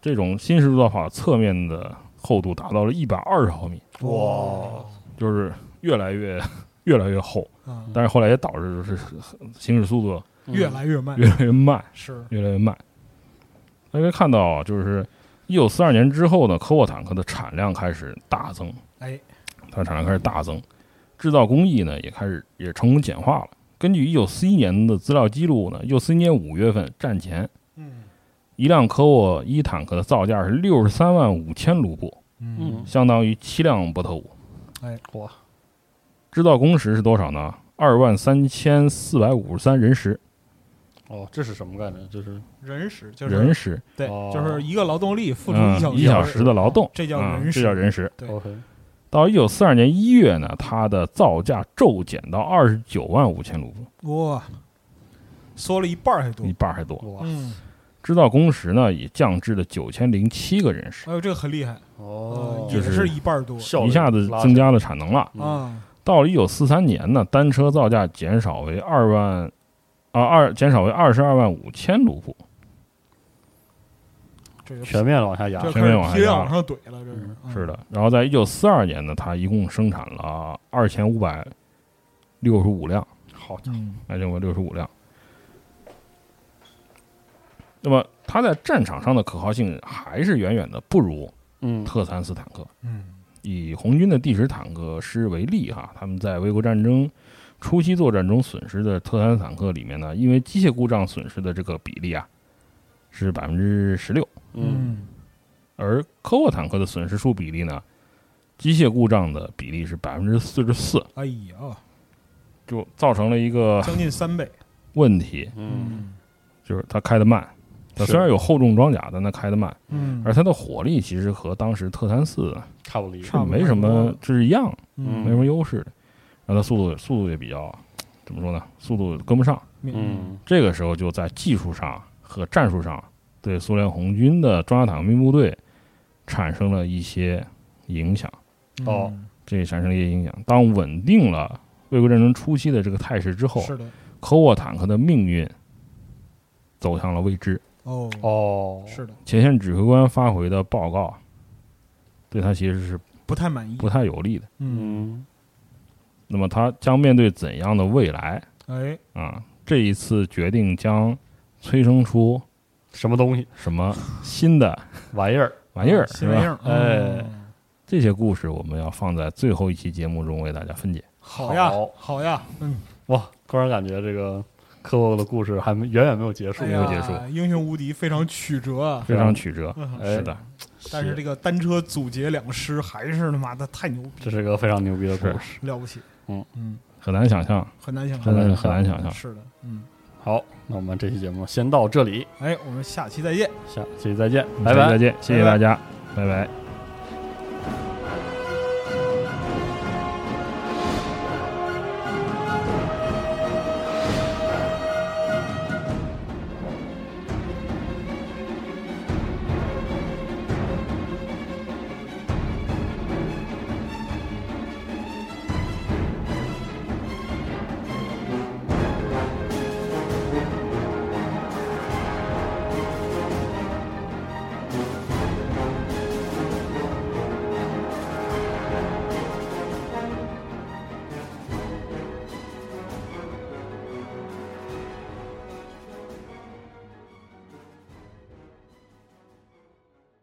Speaker 2: 这种新式铸造炮塔侧面的厚度达到了一百二十毫米。
Speaker 3: 嗯哇，
Speaker 2: 就是越来越 [laughs] 越来越厚，
Speaker 4: 啊，
Speaker 2: 但是后来也导致就是行驶速度
Speaker 3: 嗯
Speaker 4: 越来越慢，
Speaker 2: 越来越慢，
Speaker 4: 是，
Speaker 2: 越来越慢。大家可以看到啊，就是一九四二年之后呢，科沃坦克的产量开始大增，
Speaker 4: 哎，
Speaker 2: 它的产量开始大增，制造工艺呢也开始也成功简化了。根据一九四一年的资料记录呢，一九四一年五月份战前，
Speaker 4: 嗯
Speaker 2: 一辆科沃伊坦克的造价是六十三万五千卢布，
Speaker 4: 嗯，
Speaker 2: 相当于七辆波特五。
Speaker 3: 哇，
Speaker 2: 制造工时是多少呢？二万三千四百五十三人时，
Speaker 3: 哦，这是什么概念？就是
Speaker 4: 人时就是
Speaker 2: 人时，
Speaker 4: 对
Speaker 3: 哦，
Speaker 4: 就是一个劳动力付出
Speaker 2: 嗯，
Speaker 4: 小
Speaker 2: 一小时的劳动，
Speaker 4: 这叫
Speaker 2: 啊
Speaker 4: 人时
Speaker 2: 这叫人时。
Speaker 4: 对
Speaker 3: OK，
Speaker 2: 到一九四二年一月呢，它的造价骤减到二十九万五千卢布，
Speaker 4: 哇，缩了一半儿还多
Speaker 2: 一，半儿还多。
Speaker 3: 哇，
Speaker 4: 嗯，
Speaker 2: 制造工时呢也降至了九千零七个人时，
Speaker 4: 哎呦，这个很厉害，
Speaker 3: 哦
Speaker 4: 呃，
Speaker 2: 就
Speaker 4: 也
Speaker 2: 是
Speaker 4: 是一半儿多
Speaker 3: 效率
Speaker 2: 一下子
Speaker 3: 拉
Speaker 2: 增
Speaker 3: 起来
Speaker 2: 加了产能了。
Speaker 3: 嗯
Speaker 4: 啊，
Speaker 2: 到了一九四三年呢，单车造价减少为二万，啊二减少为二十二万五千卢布，
Speaker 4: 这个
Speaker 3: 嗯全面往下压
Speaker 4: 这，
Speaker 2: 全
Speaker 4: 开
Speaker 2: 面
Speaker 4: 始
Speaker 2: 往下
Speaker 4: 批量
Speaker 2: 压
Speaker 4: 往上怼了，这是嗯
Speaker 2: 是的，然后在一九四二年呢，它一共生产了二千五百六十五辆，
Speaker 3: 好家
Speaker 4: 嗯
Speaker 2: 二千五百六十五辆。那么它在战场上的可靠性还是远远的不如
Speaker 3: 嗯，
Speaker 2: 特三斯坦克。
Speaker 4: 嗯
Speaker 2: 以红军的第十坦克师为例哈，他们在卫国战争初期作战中损失的特三斯坦克里面呢，因为机械故障损失的这个比例啊是百分之十六，
Speaker 3: 嗯，
Speaker 2: 而科沃坦克的损失数比例呢，机械故障的比例是百分之四十四。
Speaker 4: 哎呀，
Speaker 2: 就造成了一个
Speaker 4: 将近三倍，
Speaker 2: 问题，
Speaker 3: 嗯，
Speaker 2: 就是它开得慢。它
Speaker 3: 是
Speaker 2: 虽然有厚重装甲，但它开得慢，
Speaker 4: 嗯
Speaker 2: 而它的火力其实和当时特三四
Speaker 3: 差不离，
Speaker 2: 是
Speaker 4: 差不
Speaker 2: 没
Speaker 4: 太
Speaker 2: 什
Speaker 4: 多
Speaker 2: 么
Speaker 4: 了，
Speaker 2: 这是一样，没
Speaker 3: 嗯
Speaker 2: 什么优势的。然后它速度速度也比较怎么说呢？速度跟不上。
Speaker 3: 嗯，
Speaker 2: 这个时候就在技术上和战术上对苏联红军的装甲坦克兵部队产生了一些影响，
Speaker 3: 哦
Speaker 4: 嗯
Speaker 2: 这也产生了一些影响。当稳定了卫国战争初期的这个态势之后，
Speaker 4: 是的，
Speaker 2: 科沃坦克的命运走向了未知。
Speaker 4: 哦
Speaker 3: 哦，
Speaker 4: 是的，
Speaker 2: 前线指挥官发回的报告，对他其实是
Speaker 4: 不太满意
Speaker 2: 不，太有利的。
Speaker 4: 嗯，
Speaker 3: 嗯，
Speaker 2: 那么他将面对怎样的未来
Speaker 4: 哎，
Speaker 2: 啊？这一次决定将催生出
Speaker 3: 什么东西
Speaker 2: 什么新的
Speaker 3: 玩意儿？
Speaker 2: 玩意儿？是
Speaker 4: 啊新玩意
Speaker 2: 吧？
Speaker 4: 儿，
Speaker 3: 哎
Speaker 4: 嗯，
Speaker 2: 这些故事我们要放在最后一期节目中为大家分解。
Speaker 4: 好呀
Speaker 3: 好，
Speaker 4: 好呀，嗯，
Speaker 3: 哇，突然感觉这个科沃的故事还没远远没有结束
Speaker 4: 哎，
Speaker 2: 没有
Speaker 4: 呀
Speaker 2: 结束
Speaker 4: 英雄无敌非常曲折啊，
Speaker 2: 非常曲折，
Speaker 4: 嗯
Speaker 3: 哎
Speaker 2: 是的，
Speaker 4: 但是这个单车阻截两师还是他妈的太牛逼
Speaker 3: 这是个非常牛逼的故事。
Speaker 4: 了不起，
Speaker 3: 嗯
Speaker 4: 嗯，
Speaker 2: 很难想象，
Speaker 4: 很难想象，
Speaker 2: 很难很难想象。
Speaker 4: 是的，嗯，
Speaker 3: 好，那我们这期节目先到这里，
Speaker 4: 哎，我们下期再见。
Speaker 3: 下期再见，
Speaker 2: 嗯
Speaker 3: 拜
Speaker 2: 下期
Speaker 3: 拜
Speaker 2: 再。见，谢谢大家，拜拜